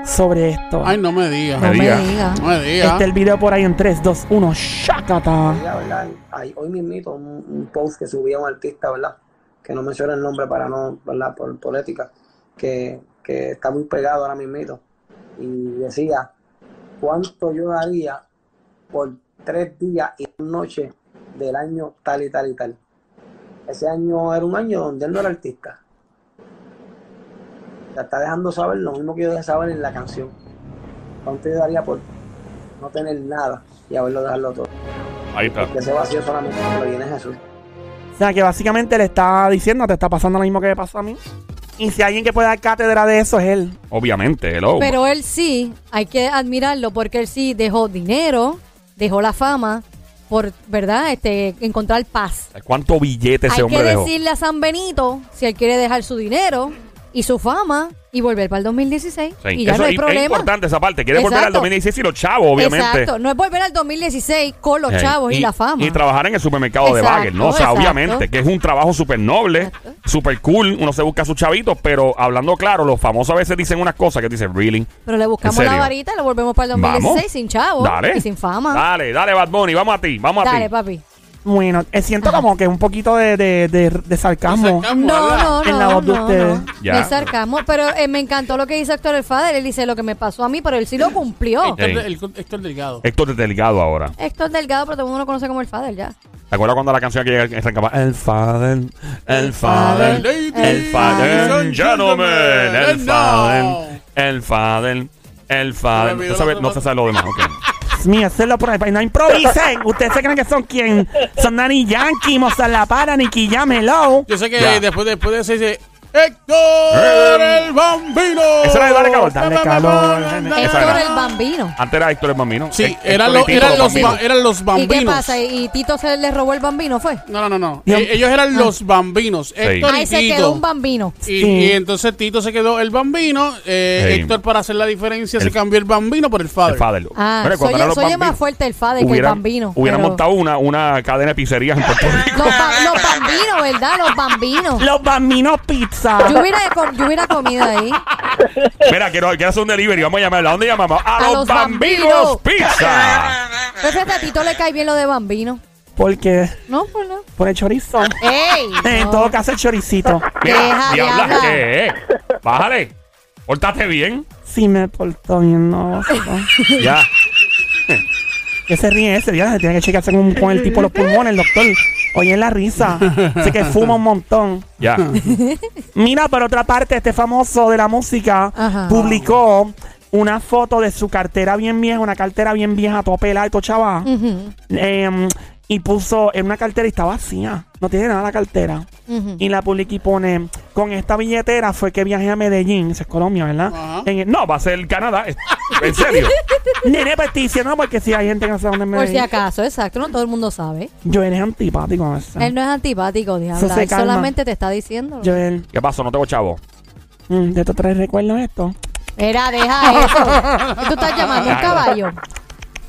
D: sobre esto?
C: Ay, no me digas.
A: Me
B: No
A: diga. Este
B: me diga.
C: No me digas.
D: Está el video por ahí en 3, 2, 1, shakata.
F: Ya, ¿verdad? Hay- hoy mismito un, un post que subía un artista, ¿verdad? Que no menciona el nombre para no, ¿verdad? Por, por ética, que, que está muy pegado ahora mismito. Y decía, ¿cuánto yo daría por tres días y una noche del año tal y tal y tal? Ese año era un año donde él no era artista. La está dejando saber lo mismo que yo dejé saber en la canción. ¿Cuánto yo daría por no tener nada y haberlo dejado todo?
A: Ahí está.
F: que ese vacío solamente lo viene Jesús.
D: O sea que básicamente le está diciendo, te está pasando lo mismo que me pasó a mí. Y si alguien que puede dar cátedra de eso es él.
A: Obviamente, hello.
B: Pero él sí, hay que admirarlo porque él sí dejó dinero, dejó la fama por, ¿verdad? Este, encontrar paz.
A: ¿Cuánto billete ese
B: hay que
A: hombre dejó?
B: decirle a San Benito si él quiere dejar su dinero y su fama y volver para el 2016
A: Sí.
B: y ya
A: Eso
B: no hay
A: es- es
B: problema.
A: importante esa parte. Quiere volver al
B: Exacto.
A: 2016 y los chavos, obviamente.
B: Exacto, no es volver al 2016 con los
A: Eh,
B: chavos y, la fama.
A: Y trabajar en el supermercado de
B: Exacto,
A: Bagel, ¿no? O sea,
B: exacto.
A: obviamente, que es un trabajo súper noble,
B: Exacto.
A: súper cool. Uno se busca a sus chavitos, pero hablando claro, los famosos a veces dicen unas cosas que dicen, really.
B: Pero le buscamos
A: ¿En serio?
B: la varita y lo volvemos para el 2016
A: Vamos.
B: sin chavos
A: Dale.
B: y sin fama.
A: Dale, dale, Bad Bunny, vamos a ti, vamos
B: Dale,
A: a ti.
B: papi.
D: Bueno, eh, siento como que un poquito de, de, de- de sarcasmo.
B: No, no, no.
D: En la voz de
B: no,
D: ustedes.
B: no.
A: Ya.
B: No es sarcasmo, pero eh, me encantó lo que dice Héctor El Fader. Él dice lo que me pasó a mí, pero él sí lo cumplió.
A: Ey.
C: Héctor, el, Héctor Delgado.
A: Héctor es Delgado ahora.
B: Héctor Delgado, pero todo el mundo lo conoce como El Fader ya.
A: ¿Te acuerdas cuando la canción que llega que arrancaba? El Fader, el Fader,
C: Ladies
A: el Fader,
C: and
A: gentlemen, el
C: gentlemen,
A: Fader,
C: no.
A: el Fader, el Fader.
C: Se me
A: Usted
C: olvidó
A: sabe-
C: la
A: No se sabe lo demás, ok.
D: Dios mío, hacerlo por ahí. No improvisen. Ustedes se creen que son quién. Son Nani Yankee, Mozart La Para, Nicky Jam, hello.
C: Yo sé que
A: Ya.
C: después, después de ese, ese Héctor
A: Eh,
C: el Bambino.
A: esa era de Dale Calor.
D: Dale calor, dale
C: Esa
A: Esa
B: Héctor
A: era.
B: el bambino.
A: Antes era Héctor el Bambino.
C: Sí,
A: Héctor
C: eran
A: y
C: los,
A: Tito
C: eran los,
A: Bambinos.
C: ba- eran los
B: ¿Y
C: bambinos.
B: qué pasa? ¿Y Tito se le robó el bambino? ¿Fue?
C: No, no, no, no.
D: Y-
C: Eh, ellos eran los bambinos. Héctor
B: Ahí
C: y
B: se
C: Tito.
B: quedó un bambino.
C: Y, y entonces Tito se quedó el bambino. eh,
A: Sí.
C: Héctor, para hacer la diferencia,
A: El-
C: se cambió el bambino por el
A: El
C: father.
A: Fadel.
B: Ah,
A: Bueno, cuando
B: soy,
A: eran los
B: soy el más
A: Bambinos,
B: fuerte el Fader que el
A: hubieran-
B: bambino.
A: Hubieran
B: pero-
A: montado una, una cadena de pizzerías en Puerto Rico.
B: Los, ba- los bambinos, ¿verdad? Los bambinos.
D: Los bambinos pizza.
B: Yo hubiera, com- yo hubiera comido ahí.
A: Mira, quiero, quiero hacer un delivery. Vamos a llamarla. ¿A dónde llamamos? A, los,
B: los
A: Bambinos
B: Bambinos.
A: Pizza.
B: Pero Pues fíjate, a Tito le cae bien lo de bambino.
D: ¿Por qué?
B: No, pues no.
D: Por el chorizo.
B: ¡Ey!
D: En
B: no.
D: todo caso, el choricito.
A: Mira,
B: Deja de
A: diabla,
B: hablar.
A: ¿qué es? Bájale. Pórtate bien.
D: Sí me portó bien, no.
A: Ya.
D: Que se ríe ese día, se tiene que chequearse con, con el tipo los pulmones, el doctor. Oye, la risa. Así que fuma un montón.
A: Ya.
D: Mira, por otra parte, este famoso de la música
B: Ajá.
D: publicó una foto de su cartera bien vieja, una cartera bien vieja, todo pelado, todo chaval.
B: Ujú,
D: Em, y puso en una cartera y está vacía. No tiene nada la cartera.
B: ujú.
D: Y la publica y pone, con esta billetera fue que viajé a Medellín, eso es Colombia, ¿verdad?
C: Ajá.
D: En el- no,
A: No, va a ser Canadá. En serio.
D: nene, pues estoy diciendo porque si hay gente que no sabe dónde es
B: Por si
D: Medellín.
B: acaso, exacto. No todo el mundo sabe.
D: Joel es antipático. o sea.
B: Él no es antipático,
D: Eso se
B: diabla. Él
D: calma.
B: solamente te está diciendo.
D: Joel,
A: ¿Qué pasó? No tengo chavo.
D: mm, ¿de estos tres recuerdos esto?
B: Era, deja eso. ¿Y tú estás llamando un caballo?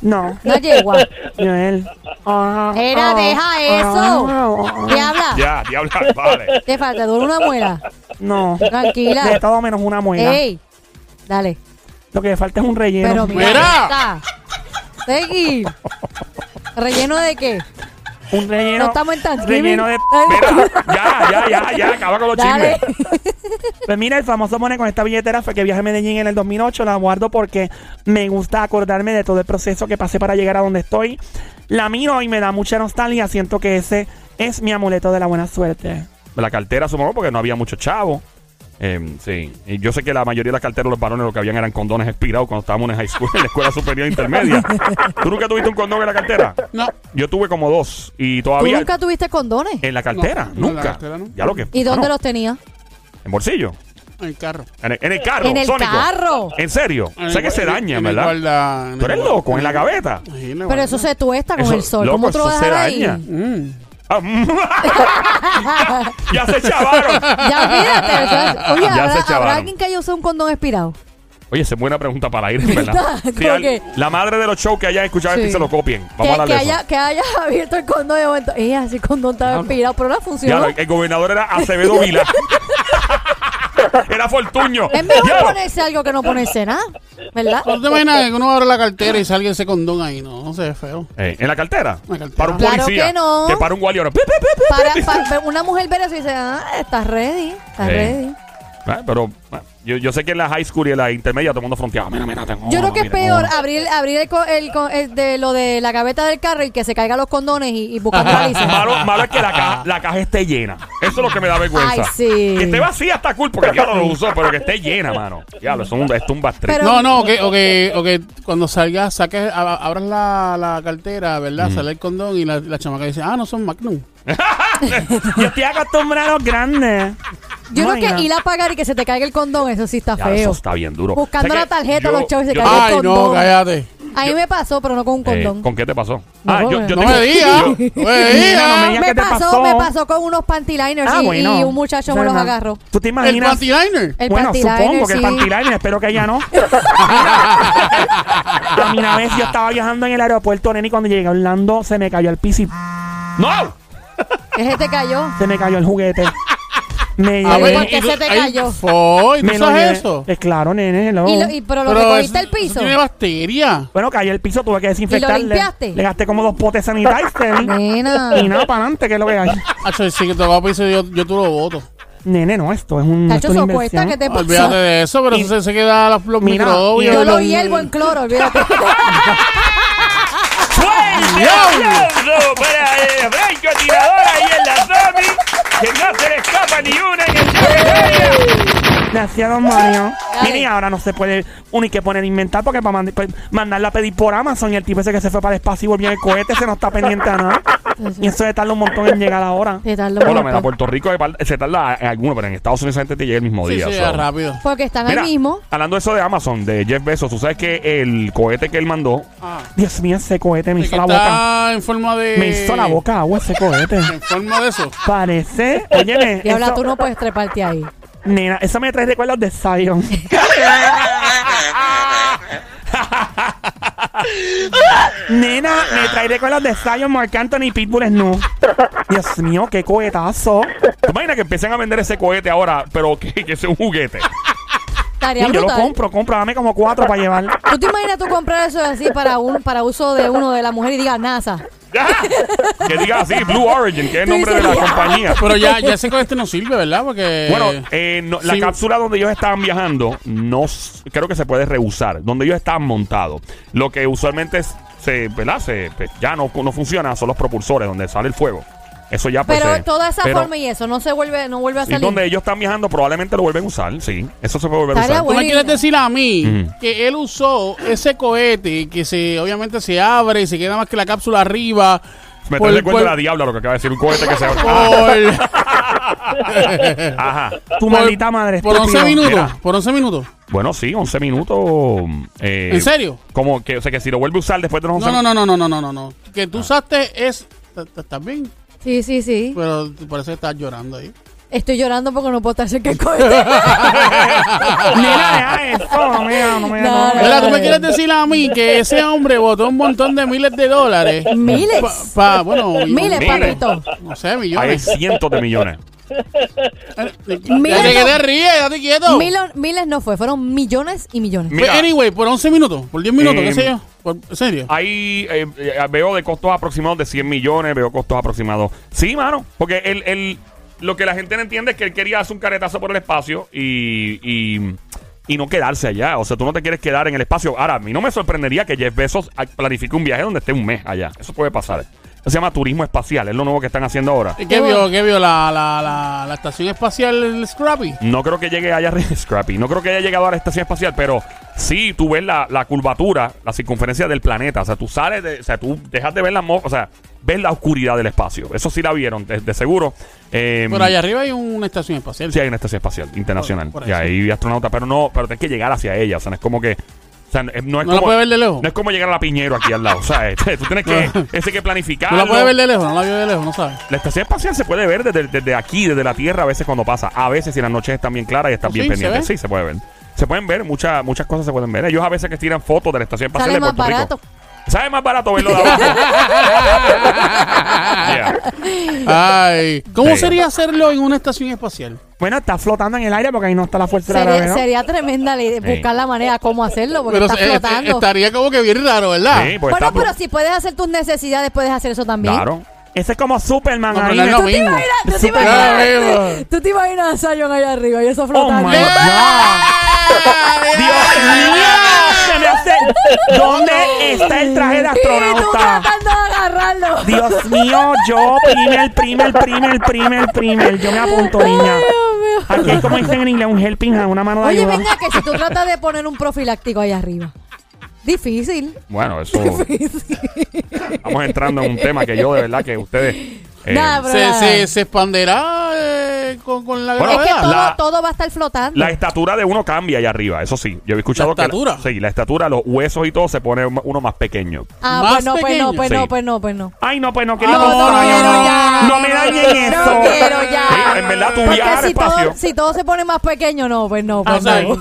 D: No,
B: No yegua.
D: Joel. Ah,
B: Era,
D: ah,
B: deja eso.
D: ah, ah,
B: Diabla,
A: Ya, diabla. Vale.
B: te falta, dura una muela.
D: No, de
B: Tranquila.
D: todo menos una muela.
B: Ey, dale.
D: Lo que falta es un
B: Pero
D: relleno.
B: mira,
C: Mira.
B: está. Seguí. ¿Relleno de qué?
D: un relleno.
B: No estamos en Thanksgiving.
D: Relleno de.
A: Mira, ya, ya, ya, ya. Acaba con los
B: Dale.
A: chismes.
D: Pues mira, el famoso pone con esta billetera fue que viajé a Medellín en el 2008. La guardo porque me gusta acordarme de todo el proceso que pasé para llegar a donde estoy. La miro y me da mucha nostalgia. Siento que ese es mi amuleto de la buena suerte.
A: La cartera, supongo, porque no había mucho chavo. Em, sí. Y yo sé que la mayoría de las carteras, los varones, lo que habían eran condones expirados cuando estábamos en high school, en la escuela superior intermedia. ¿Tú nunca tuviste un condón en la cartera?
C: No.
A: Yo tuve como dos. Y
B: ¿Tú
A: todavía.
B: nunca tuviste condones?
A: En la cartera,
C: No, en la
A: nunca.
C: cartera no.
A: Ya lo que.
B: ¿Y dónde
A: bueno,
B: los tenías?
A: En bolsillo.
C: En el carro.
A: En el, en el carro,
B: En el
A: Sónico.
B: carro.
A: En serio.
C: En
A: sé
C: el-
A: que se
C: en-
A: daña,
C: en el
A: ¿verdad?
C: guarda- en
A: Tú eres
C: el guarda-
A: loco en la gaveta.
C: Ahí en la
B: Pero
C: guarda.
B: eso se tuesta con
A: Eso-
B: el sol.
A: loco,
B: ¿Cómo tú lo
A: eso
B: vas a
A: se
B: dejar ahí?
A: daña.
C: Mm.
A: Ah, mm. ya se chavaron.
B: Ya olvídate. o sea, oye,
A: Ya se
B: ¿habrá, habrá
A: chavaron.
B: alguien que haya usado un condón expirado?
A: Oye, esa es buena pregunta para ir, ¿verdad?
B: ¿Verdad?
A: Sí,
B: Como
A: al-
B: que-
A: la madre de los shows que hayan escuchado esto y
B: Sí.
A: se lo copien. Vamos a
B: Que, que,
A: darle eso.
B: haya, que haya abierto el condón de momento. Ella, ese condón estaba expirado, pero no
A: Ya, eh,
B: funcionó.
A: el gobernador era Acevedo Vila. era Fortuño.
B: Es mejor
A: Ya.
B: ponerse algo que no ponerse nada, ¿verdad?
C: No te imaginas que uno abra la cartera y salga ese condón ahí, no, no se ve feo.
A: Eh, ¿En la cartera?
C: En la cartera.
A: Para un
B: Claro
A: policía.
B: que no.
A: Te para un guardia ahora. Pi, pi, pi, pi,
B: Para,
A: pi, pi.
B: para- una mujer ver eso y dice, ah, estás ready, estás
A: Sí.
B: ready.
A: Ah, pero ah, yo, yo sé que en la high school y en la intermedia todo el mundo fronteaba. Mira, mira, tengo.
B: Yo creo que es
A: mira,
B: peor
A: tengo.
B: abrir, abrir el, co- el co- el de lo de la gaveta del carro y que se caigan los condones y, y buscar balizas.
A: Malo, malo es que la caja, la caja esté llena. Eso es lo que me da vergüenza.
B: Ay, sí.
A: Que esté vacía está cool porque ya lo usó, pero que esté llena, mano. Ya, eso es un, esto es un bastriz.
B: Pero-
C: No, no, o que, o que, o que cuando salgas, saques, a- abras la, la cartera, ¿verdad?
A: Mm.
C: Sale el condón y la, la chamaca dice, ah, no son Magnum.
D: Yo estoy acostumbrado a los grandes.
B: Yo creo
D: Imagina.
B: que ir a pagar y que se te caiga el condón, eso sí está
A: Ya, eso
B: feo.
A: está bien duro.
B: Buscando
A: O sea
B: la
A: que
B: tarjeta,
A: yo-
B: los chavos y se
A: yo-
B: caigan.
C: Ay, no,
B: condón.
C: cállate.
B: A mí me pasó, pero no con un
A: Eh,
B: condón.
A: ¿Con qué te pasó?
B: No,
A: ah, yo,
B: bueno.
A: yo
C: No
A: tengo-
C: me digas,
A: yo-
C: no me digas.
D: digas
B: me
D: qué te
B: pasó,
D: pasó.
B: me pasó con unos pantyliners
D: Ah,
B: y,
D: bueno.
B: y un muchacho me
D: Bueno,
B: los agarró.
D: ¿Tú te
C: El
D: imaginas?
C: panty liner.
B: El
D: bueno,
B: panty
D: supongo
B: liner,
D: que el
B: sí.
D: panty liner, espero que ya no. a mí una vez yo estaba viajando en el aeropuerto, nene, y cuando llegué a Orlando se me cayó el piso y
A: ¡No!
B: Ese te cayó.
D: se me cayó el juguete. Me
C: A
D: llevé-
B: Ay,
C: ver,
B: ¿por qué
C: Ah, y tú-
B: se te
C: ay,
B: cayó?
C: fo, ¿y tú
D: me lo
C: sabes
D: llevé.
C: eso?
D: Pues claro, nene, hello.
B: Y lo- y- pero lo
C: eso-
B: recogiste al piso.
C: eso tiene bacteria.
D: Bueno, cayó el piso, tuve que desinfectarle.
B: limpiaste?
D: Le gasté como dos potes sanitizer.
B: Nena.
D: Y nada, para adelante, que es lo que hay.
C: Hacho, si que tocaba piso, yo, yo tú lo voto.
D: Nene, no, esto es un.
B: Cacho,
D: esto es
B: eso
D: una
B: cuesta,
D: inversión.
B: ¿qué te
C: Olvídate
B: pasa?
C: de eso, pero eso se, se queda los, los
D: Mira,
C: microbios.
B: Yo lo
C: los-
B: hiervo en cloro, olvídate.
A: ¡Fuerte aplauso para el Franco Tirador ahí en la Tommy! ¡Que no se le escapa ni una en el territorio!
D: Gracias, don Mario.
B: Dale.
D: Mire, y ahora no se puede uno y que poner a inventar porque pues, para mand- pa- mandarla a pedir por Amazon y el tipo ese que se fue para el espacio y volvió en el cohete se nos está pendiente a nada. Y eso de tarda un montón en llegar ahora.
B: Te tarda un
A: Hola, mira,
B: montón.
D: pues
A: Puerto Rico de par- se tarda en alguno, pero en Estados Unidos esa gente te llega el mismo
C: Sí,
A: día.
C: sí,
A: so.
C: rápido.
B: Porque están
A: Mira,
B: ahí mismo.
A: hablando de eso de Amazon, de Jeff Bezos, tú sabes que el cohete que él mandó,
C: Ah,
D: Dios mío, ese cohete me
C: sí, que
D: hizo la boca.
C: está en forma de...
D: Me hizo la boca agua ese cohete.
C: En forma de eso.
D: Parece. Óyeme.
B: Y habla,
D: eso-
B: tú no puedes treparte ahí.
D: Nena, eso me trae recuerdos de Zion. Nena, me trae recuerdos de Zion, Mark Anthony y Pitbull no. Dios mío, qué cohetazo.
A: ¿te imaginas que empiecen a vender ese cohete ahora, pero que, que sea un juguete?
B: Estaría
D: Y yo lo
B: brutal.
D: compro, compro, dame como cuatro para llevar.
B: ¿Tú te imaginas tú comprar eso así para un para uso de uno de la mujer y diga NASA?
A: que diga así, Blue Origin, que es el nombre de la compañía.
C: Pero ya, ya ese cohete no sirve, ¿verdad? Porque...
A: Bueno, eh, no- la
C: sí.
A: cápsula donde ellos estaban viajando, no s- creo que se puede reusar, donde ellos estaban montados. Lo que usualmente es- se, ¿verdad? Se, pues, ya no, no funciona, son los propulsores, donde sale el fuego. Eso ya pues,
B: Pero
A: eh,
B: toda esa
A: pero-
B: forma y eso no se vuelve no vuelve a
A: Y
B: salir.
A: donde ellos están viajando, probablemente lo vuelven a usar, sí. Eso se puede volver a usar.
B: Estaría
C: Tú me
B: Bueno, y-
C: quieres decir a mí
A: Ujú.
C: que él usó ese cohete que se obviamente se abre y se queda más que la cápsula arriba.
A: Me
C: por-
A: trae cuenta
C: por-
A: de la diabla lo que acaba de decir, un cohete que se abre.
B: Oh.
C: por-
A: Ajá.
D: Tu
C: por-
D: maldita madre.
C: Por 11
D: estúpido.
C: minutos.
A: Ah. Mira.
C: Por 11 minutos.
A: Bueno, sí, 11 minutos. eh,
C: ¿En serio?
A: Como que, o sea, que si lo vuelve a usar después de los 11
C: No, no, no, no, no, no, no, no, no. Que
A: Ah.
C: tú usaste es. t- t- ¿Estás bien?
B: Sí, sí, sí.
C: Pero te parece que estás llorando ahí.
B: Estoy llorando porque no puedo estar cerca del cohete.
D: Nena, deja eso. No me no me
B: No,
D: no.
B: no.
C: Mira, tú me quieres decir a mí que ese hombre botó un montón de miles de dólares.
B: Miles.
C: Pa- pa- bueno,
B: Miles,
A: Miles.
B: papito.
C: No sé,
A: Hay
C: millones.
A: cientos de millones.
C: Ya
B: Miles
C: te
B: no-
C: quedé ríe, date quieto.
B: Milo- miles no fue, fueron millones y millones.
A: Mira.
C: Pues, anyway, por 11 minutos, por 10 minutos,
A: Eh,
C: qué sé yo. Por, ¿En serio?
A: Ahí eh, eh, veo de costos aproximados de 100 millones, veo costos aproximados. Sí, mano, porque él, él- lo que la gente no entiende es que él quería hacer un caretazo por el espacio y, y, y no quedarse allá. O sea, tú no te quieres quedar en el espacio. Ahora, a mí no me sorprendería que Jeff Bezos ah, planifique un viaje donde esté un mes allá. Eso puede pasar. Eso se llama turismo espacial, es lo nuevo que están haciendo ahora.
C: ¿Y ¿Qué vio? ¿Qué vio? La, la, la, la estación espacial el Scrappy.
A: No creo que llegue allá arriba, Scrappy. No creo que haya llegado a la estación espacial, pero sí tú ves la, la curvatura, la circunferencia del planeta. O sea, tú sales de. O sea, tú dejas de ver la mo- O sea, ves la oscuridad del espacio. Eso sí la vieron, de, de seguro. Eh,
C: Pero allá arriba hay una estación espacial.
A: Sí, hay una estación espacial internacional.
C: Por- por
A: y
C: eso.
A: ahí hay astronautas, pero no, pero tienes que llegar hacia ella. O sea, no es como que. O sea, no es no es
C: ¿No la
A: como.
C: puedes ver de lejos?
A: no es como llegar a la Piñero aquí al lado. O sea, este, tú tienes que. Ese que planificar.
C: ¿Tú la puedes ver de lejos? No la vio de lejos, no sabes.
A: La estación espacial se puede ver desde, desde aquí, desde la Tierra, a veces cuando pasa. A veces si las noches están bien claras y están
C: ¿Oh,
A: bien
C: sí? ¿Se
A: pendientes.
C: ve?
A: sí, se puede ver. Se pueden ver, muchas muchas cosas se pueden ver. Ellos a veces que tiran fotos de la estación espacial
B: Sale
A: de
B: más
A: Puerto
B: barato.
A: Rico. Sale más barato verlo de abajo. Yeah.
C: Ay, ¿cómo
A: Sí.
C: sería hacerlo en una estación espacial?
D: Bueno, está flotando en el aire porque ahí no está la fuerza de la
B: Sería,
D: gravedad.
B: sería tremenda la idea,
A: Sí.
B: buscar la manera cómo hacerlo porque está
C: eh, eh,
B: flotando.
C: estaría como que bien raro, ¿verdad?
A: Sí, pues
B: bueno,
A: está
B: pero
A: blo-
B: si puedes hacer tus necesidades, puedes hacer eso también.
A: Claro.
D: Ese es como Superman.
C: No, pero
D: ahí
C: no es
D: me-
C: lo
B: ¿Tú te,
C: mismo.
B: imaginas, tú, te
C: Super-
B: imaginas,
C: Arriba.
B: tú te imaginas a Zion allá arriba y eso
D: Oh
B: flotando.
D: my
B: ¡Ah!
D: God. Dios mío, se me hace. ¿Dónde está el traje de
B: y tú
D: astronauta?
B: tratando de agarrarlo.
D: Dios mío, yo, primer, primer, primer, primer, primer. Yo me apunto, niña.
B: Ay, Dios
D: Aquí
B: mío.
D: hay, como dicen en inglés, un helping hand, una mano de
B: Oye,
D: ayuda.
B: venga, que si tú tratas de poner un profiláctico allá arriba. Difícil.
A: Bueno, eso. Estamos entrando en un tema que yo, de verdad, que ustedes. eh,
B: Nada, pero
C: Se,
B: nada.
C: se, se expanderá eh, con, con la
A: Bueno,
B: es que
C: gravedad.
B: todo,
A: La-
B: todo va a estar flotando.
A: La estatura de uno cambia allá arriba, eso sí. Yo he escuchado
C: ¿La
A: que.
C: estatura?
A: sí, la estatura, los huesos y todo se pone uno más pequeño.
B: ah,
C: más
B: pues no, pues no,
C: pequeño.
B: pues
A: Sí.
B: no, pues no, pues no.
D: Ay, no, pues no
C: No,
D: quería
C: no,
D: contar.
C: no, no, no,
D: no me dañen
B: No
D: eso.
B: quiero
A: Sí,
B: ya.
A: en verdad, tú viajas
B: Porque
A: al
B: si todo,
A: espacio.
B: si todo se pone más pequeño, no, pues no, pues
C: Ah,
B: no.
C: o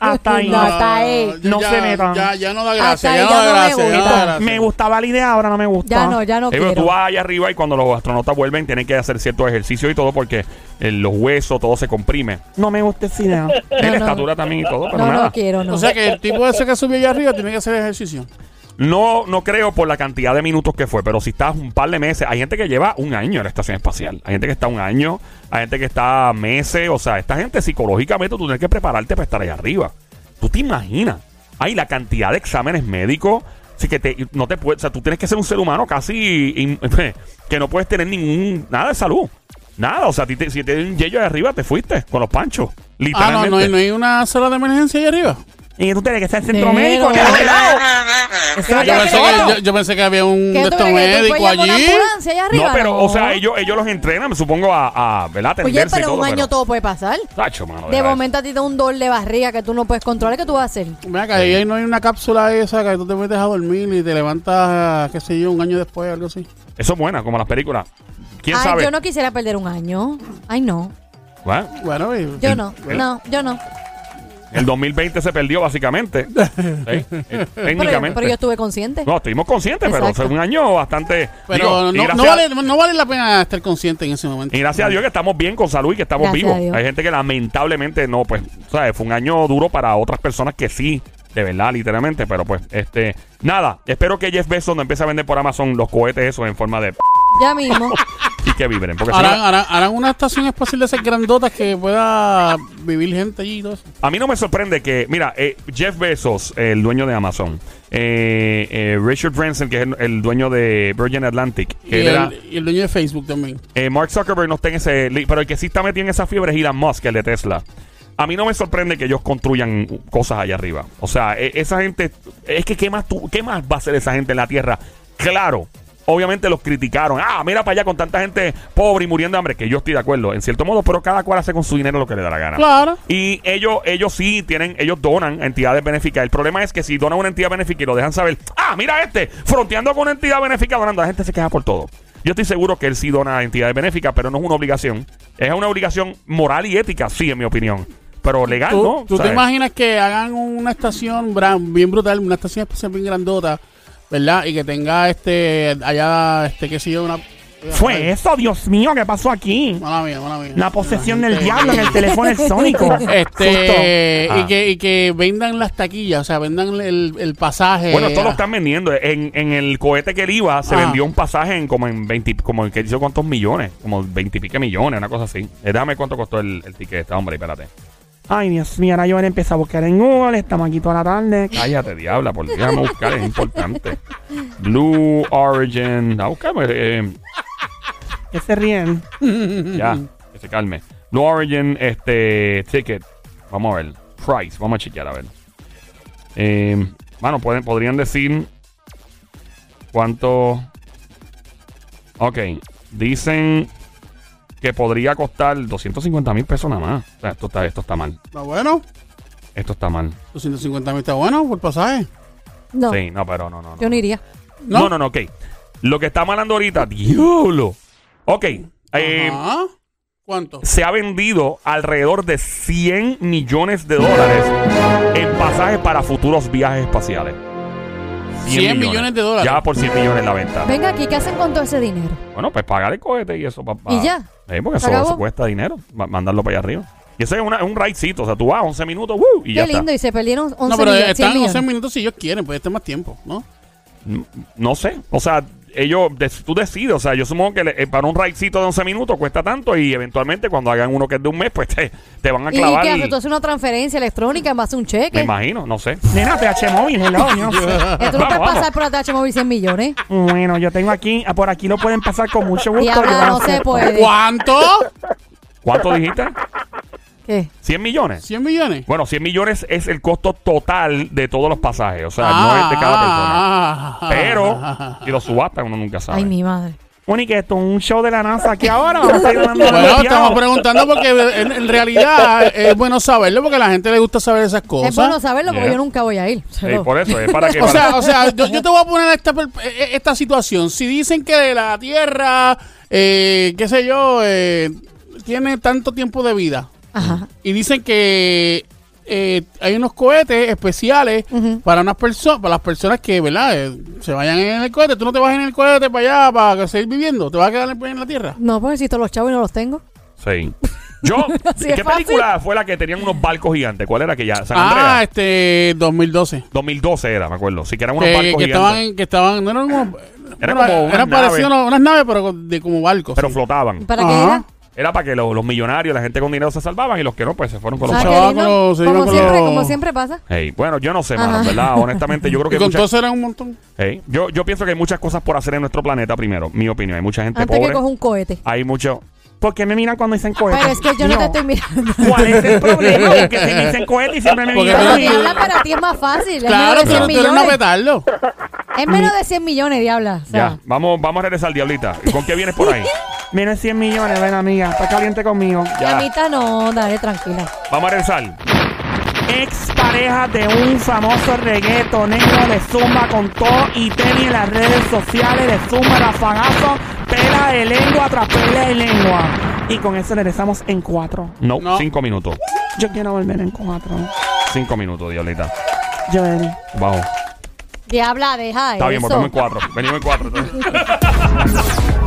D: Hasta ahí.
B: No, hasta ahí.
C: yo
D: No
C: ya-
D: se metan.
C: Ya, ya no da
B: Hasta
C: gracia,
B: ahí
C: ya no
B: ya
C: da
B: no me
C: gracia. ya no da
B: gusta.
C: gracia.
D: Me gustaba la idea, ahora no me gusta.
B: Ya no, ya no
A: Eh, pero tú
B: quiero.
A: vas allá arriba y cuando los astronautas vuelven tienen que hacer ciertos ejercicios y todo porque eh, los huesos, todo se comprime.
D: No me gusta esa idea.
A: Eh,
B: No,
A: la
B: no.
A: estatura también y todo, pero
B: No,
A: pues nada.
B: no quiero, no.
C: O sea que el tipo ese que subió allá arriba tiene que hacer ejercicio.
A: No, no creo por la cantidad de minutos que fue, pero si estás un par de meses, hay gente que lleva un año en la estación espacial, hay gente que está un año, hay gente que está meses, o sea, esta gente psicológicamente tú tienes que prepararte para estar ahí arriba. Tú te imaginas, hay la cantidad de exámenes médicos, así que te, no te puedes, o sea, tú tienes que ser un ser humano casi in- que no puedes tener ningún nada de salud. Nada, o sea, a ti te- si te dio un yello de arriba, te fuiste con los panchos.
C: Ah, no,
A: Literalmente.
C: no, hay- no hay una sala de emergencia allá arriba.
D: ¿Y tú tienes que estar en centro
B: Pero-
D: médico? que es pelado.
B: Eso
C: Yo
B: es
C: pensé,
B: otro.
C: que, yo, yo pensé que había un
B: Ah, ¿Qué
C: de
B: tú
C: estos
B: crees que tú
C: médicos
B: puedes llamar una
C: allí.
B: ambulancia allá
A: No,
B: arriba?
A: pero, o sea, ellos, ellos los entrenan, me supongo, a, a ¿verdad?
B: Oye,
A: Atenderse y
B: pero
A: todo,
B: un año
A: pero-
B: todo puede pasar.
A: Tacho, mano,
B: De
A: deja
B: momento a ti te da un dolor de barriga que tú no puedes controlar. ¿Qué tú vas a hacer?
C: Mira, que ahí no hay una cápsula esa que tú te metes a dormir y te levantas, qué sé yo, un año después, algo así.
A: eso. Eso es buena, como las películas. ¿Quién
B: Ay,
A: sabe?
B: yo no quisiera perder un año. Ay, no.
A: Bueno,
C: Bueno, y-
B: Yo no.
A: el-
B: No, yo no.
A: El 2020 se perdió, básicamente. Sí, eh,
B: Pero,
A: técnicamente.
B: pero yo estuve consciente.
A: No, estuvimos conscientes, pero
B: Exacto.
A: fue un año bastante.
C: pero
A: digo, y
C: no, no
A: gracias-
C: vale, no vale la pena estar consciente en ese momento.
A: Y gracias a Dios que estamos bien con salud y que estamos
B: Gracias a
A: vivos.
B: Dios.
A: Hay gente que lamentablemente no, pues, ¿sabes? Fue un año duro para otras personas que sí, de verdad, literalmente. Pero pues, este. Nada, espero que Jeff Bezos no empiece a vender por Amazon los cohetes esos en forma de. p-
B: Ya mismo.
A: y que vibren. Porque si no-
C: Harán, harán- harán una estación espacial de esas grandotas que pueda vivir gente allí y todo eso.
A: A mí no me sorprende que, mira, eh, Jeff Bezos, el dueño de Amazon, eh, eh, Richard Branson, que es el, el dueño de Virgin Atlantic,
C: Y
A: que él era,
C: el, y el dueño de Facebook también.
A: eh, Mark Zuckerberg no está en ese, li- pero el que sí está metido en esa fiebre es Elon Musk, el de Tesla. A mí no me sorprende que ellos construyan cosas allá arriba. O sea, e- esa gente, es que ¿qué más, tú- qué más va a hacer esa gente en la Tierra? Claro. Obviamente los criticaron. Ah, mira para allá con tanta gente pobre y muriendo de hambre. Que yo estoy de acuerdo, en cierto modo, pero cada cual hace con su dinero lo que le da la gana.
C: Claro.
A: Y ellos, ellos sí tienen, ellos donan a entidades benéficas. El problema es que si donan a una entidad benéfica y lo dejan saber, ah, mira este, fronteando con una entidad benéfica donando, la gente se queja por todo. Yo estoy seguro que él sí dona a entidades benéficas, pero no es una obligación. Es una obligación moral y ética, sí, en mi opinión. Pero
D: Ah,
A: legal,
C: ¿Tú,
A: ¿no?
C: tú te
A: ¿Sabes?
C: imaginas que hagan una estación bra- bien brutal, una estación espacial bien grandota, ¿verdad? Y que tenga este, allá, este, qué sé yo, una...
D: Fue eso, Dios mío, ¿qué pasó aquí?
C: Mala mía, mala mía.
D: La posesión
C: Una
D: del
C: gente-
D: diablo en el Ah. teléfono del Sónico.
C: Este,
A: Susto.
C: y, que, y que vendan las taquillas, o sea, vendan el, el pasaje.
A: Bueno, esto lo
C: Ah,
A: están vendiendo. En, en el cohete que él iba, se
C: Ah.
A: vendió un pasaje en como en 20, como en que hizo cuántos millones, como 20 y pico millones, una cosa así. Eh, déjame cuánto costó el, el ticket este, hombre, espérate.
D: Ay, Dios mío, ahora yo voy a empezar a buscar en Google. Estamos aquí toda la tarde.
A: Cállate, diabla, por Dios, vamos a buscar, es importante. Blue Origin. Ah, buscamos, eh,
D: ¿Qué se ríen?
A: ya, que se calme. Blue Origin, este, ticket. Vamos a ver. Price, vamos a chequear, a ver. Eh, bueno, pueden, podrían decir cuánto. Ok, dicen que podría costar 250 mil pesos nada más. O sea, esto está, esto está mal.
C: Está bueno.
A: Esto está mal.
C: 250 mil está bueno por pasaje.
B: No.
A: Sí, no, pero no, no, no.
B: Yo no iría.
A: No,
C: ¿No?
A: no, no, ok. Lo que está hablando ahorita, diablo. Ok. eh,
C: Ajá. ¿Cuánto?
A: se ha vendido alrededor de 100 millones de dólares en pasajes para futuros viajes espaciales.
C: 100 millones de dólares.
A: Ya por 100 millones la venta.
B: Venga aquí, ¿qué hacen con todo ese dinero?
A: Bueno, pues pagar el cohete y eso. pa- pa-
B: ¿Y ya?
A: Sí, porque
B: ¿Se
A: eso,
B: acabó?
A: eso cuesta dinero, ma- mandarlo para allá arriba. Y eso es, una- es un raidcito, o sea, tú vas 11 minutos, ¡woo! y ya
B: Qué
A: está.
B: lindo. Y se perdieron 11
C: No, pero
B: millones, 100
C: están 11
B: millones.
C: minutos si ellos quieren, puede estar más tiempo, ¿no?
A: N- No sé, o sea, ellos, des- tú decides, o sea, yo supongo que le- eh, para un raidcito de 11 minutos cuesta tanto y eventualmente cuando hagan uno que es de un mes, pues te, te van a
B: ¿Y
A: clavar.
B: qué haces? ¿Tú haces una transferencia electrónica más un
A: me
B: cheque?
A: imagino, no sé.
D: Nena, PH Móvil, hello, yo no sé.
B: Eh,
A: Vamos,
B: tú no puedes pasar
A: vamos.
B: por ATH Móvil 100 millones.
D: Bueno, yo tengo aquí, ah, por aquí lo pueden pasar con mucho gusto. yo
B: Diabla, no
D: sé.
B: se puede.
C: ¿Cuánto?
A: ¿Cuánto dijiste?
B: ¿Qué?
A: ¿100 millones?
C: 100 millones.
A: Bueno, 100 millones es el costo total de todos los pasajes, o sea, no es de cada persona.
C: Ah,
A: Pero si lo subastan, uno nunca sabe.
B: Ay, mi madre.
D: Bueno, y que esto es un show de la NASA aquí ahora. Vamos a ir dando
C: Bueno,
D: golpeado.
C: estamos preguntando porque en, en realidad es bueno saberlo porque a la gente le gusta saber esas cosas.
B: Es bueno saberlo porque
A: Yeah.
B: yo nunca voy a ir.
A: Sí, por eso, es para que.
C: O
A: para-
C: sea, o sea yo, yo te voy a poner esta, per- eh, esta situación. Si dicen que la Tierra, eh, qué sé yo, eh, tiene tanto tiempo de vida
B: Ajá.
C: y dicen que eh, hay unos cohetes especiales
B: Ujú.
C: para unas personas, para las personas que, ¿verdad? eh, se vayan en el cohete. Tú no te vas en el cohete para allá para seguir viviendo. Te vas a quedar en, en la Tierra.
B: No, porque si todos los chavos y no los tengo.
A: sí. Yo,
B: Así es
A: ¿qué
B: fácil.
A: película fue la que tenían unos barcos gigantes? ¿Cuál era que ya? San
C: Ah,
A: Andreas.
C: este 2012.
A: 2012 era, me acuerdo. Sí, que eran unos
C: Eh,
A: barcos
C: que
A: gigantes.
C: estaban, en- que estaban, no eran como,
A: Era
C: bueno,
A: como unas
C: eran parecido a
A: naves.
C: unas, unas naves, pero con- de como barcos.
A: Pero
C: sí.
A: flotaban.
B: ¿Para
C: Ajá.
B: qué era?
A: Era para que lo- los millonarios, la gente con dinero se salvaban y los que no, pues se fueron con los
B: Ah,
A: barcos.
B: qué
C: chavos, pero
B: lindo.
C: se iban
B: como
C: con
B: siempre,
C: los-
B: como siempre pasa.
A: Hey, bueno, yo no sé, mano,
B: Ajá.
A: ¿verdad? Honestamente, yo creo
C: Y
A: que
C: con
A: mucha-
C: todo eso eran un montón.
A: Hey, yo, yo pienso que hay muchas cosas por hacer en nuestro planeta, primero, mi opinión. Hay mucha gente
B: Antes que
A: pobre.
B: coja un cohete.
A: Hay mucho.
D: ¿Por qué me miran cuando dicen cohete?
B: Pero es que yo no te estoy mirando.
D: ¿Cuál es el problema? Porque si me dicen cohete y siempre me
C: Porque
D: miran.
B: Pero
C: tú-
D: y-
B: diabla, para ti es más fácil.
C: Claro,
B: es
C: tú,
B: menos de 100
C: tú eres una
B: millones.
C: petardo.
B: Es menos de 100 millones, diabla. O sea,
A: Ya, vamos, vamos a regresar, Diablita. ¿Con qué vienes por ahí?
D: Menos de 100 millones, ven amiga, está caliente conmigo.
A: Ya.
B: La mitad no, dale, tranquila.
A: Vamos a regresar.
D: Ex pareja de un famoso reggaetonero le zumba con todo y tenis en las redes sociales, le zumba rafagazo, pela de lengua tras pela de lengua. Y con eso regresamos en cuatro.
A: No,
C: No.
A: cinco minutos.
D: Yo quiero volver en cuatro.
A: Cinco minutos, Diablita.
D: Yo Joel.
A: Vamos.
B: Diabla, deja
A: Está bien,
B: eso.
A: volvemos en cuatro. Venimos en cuatro. entonces.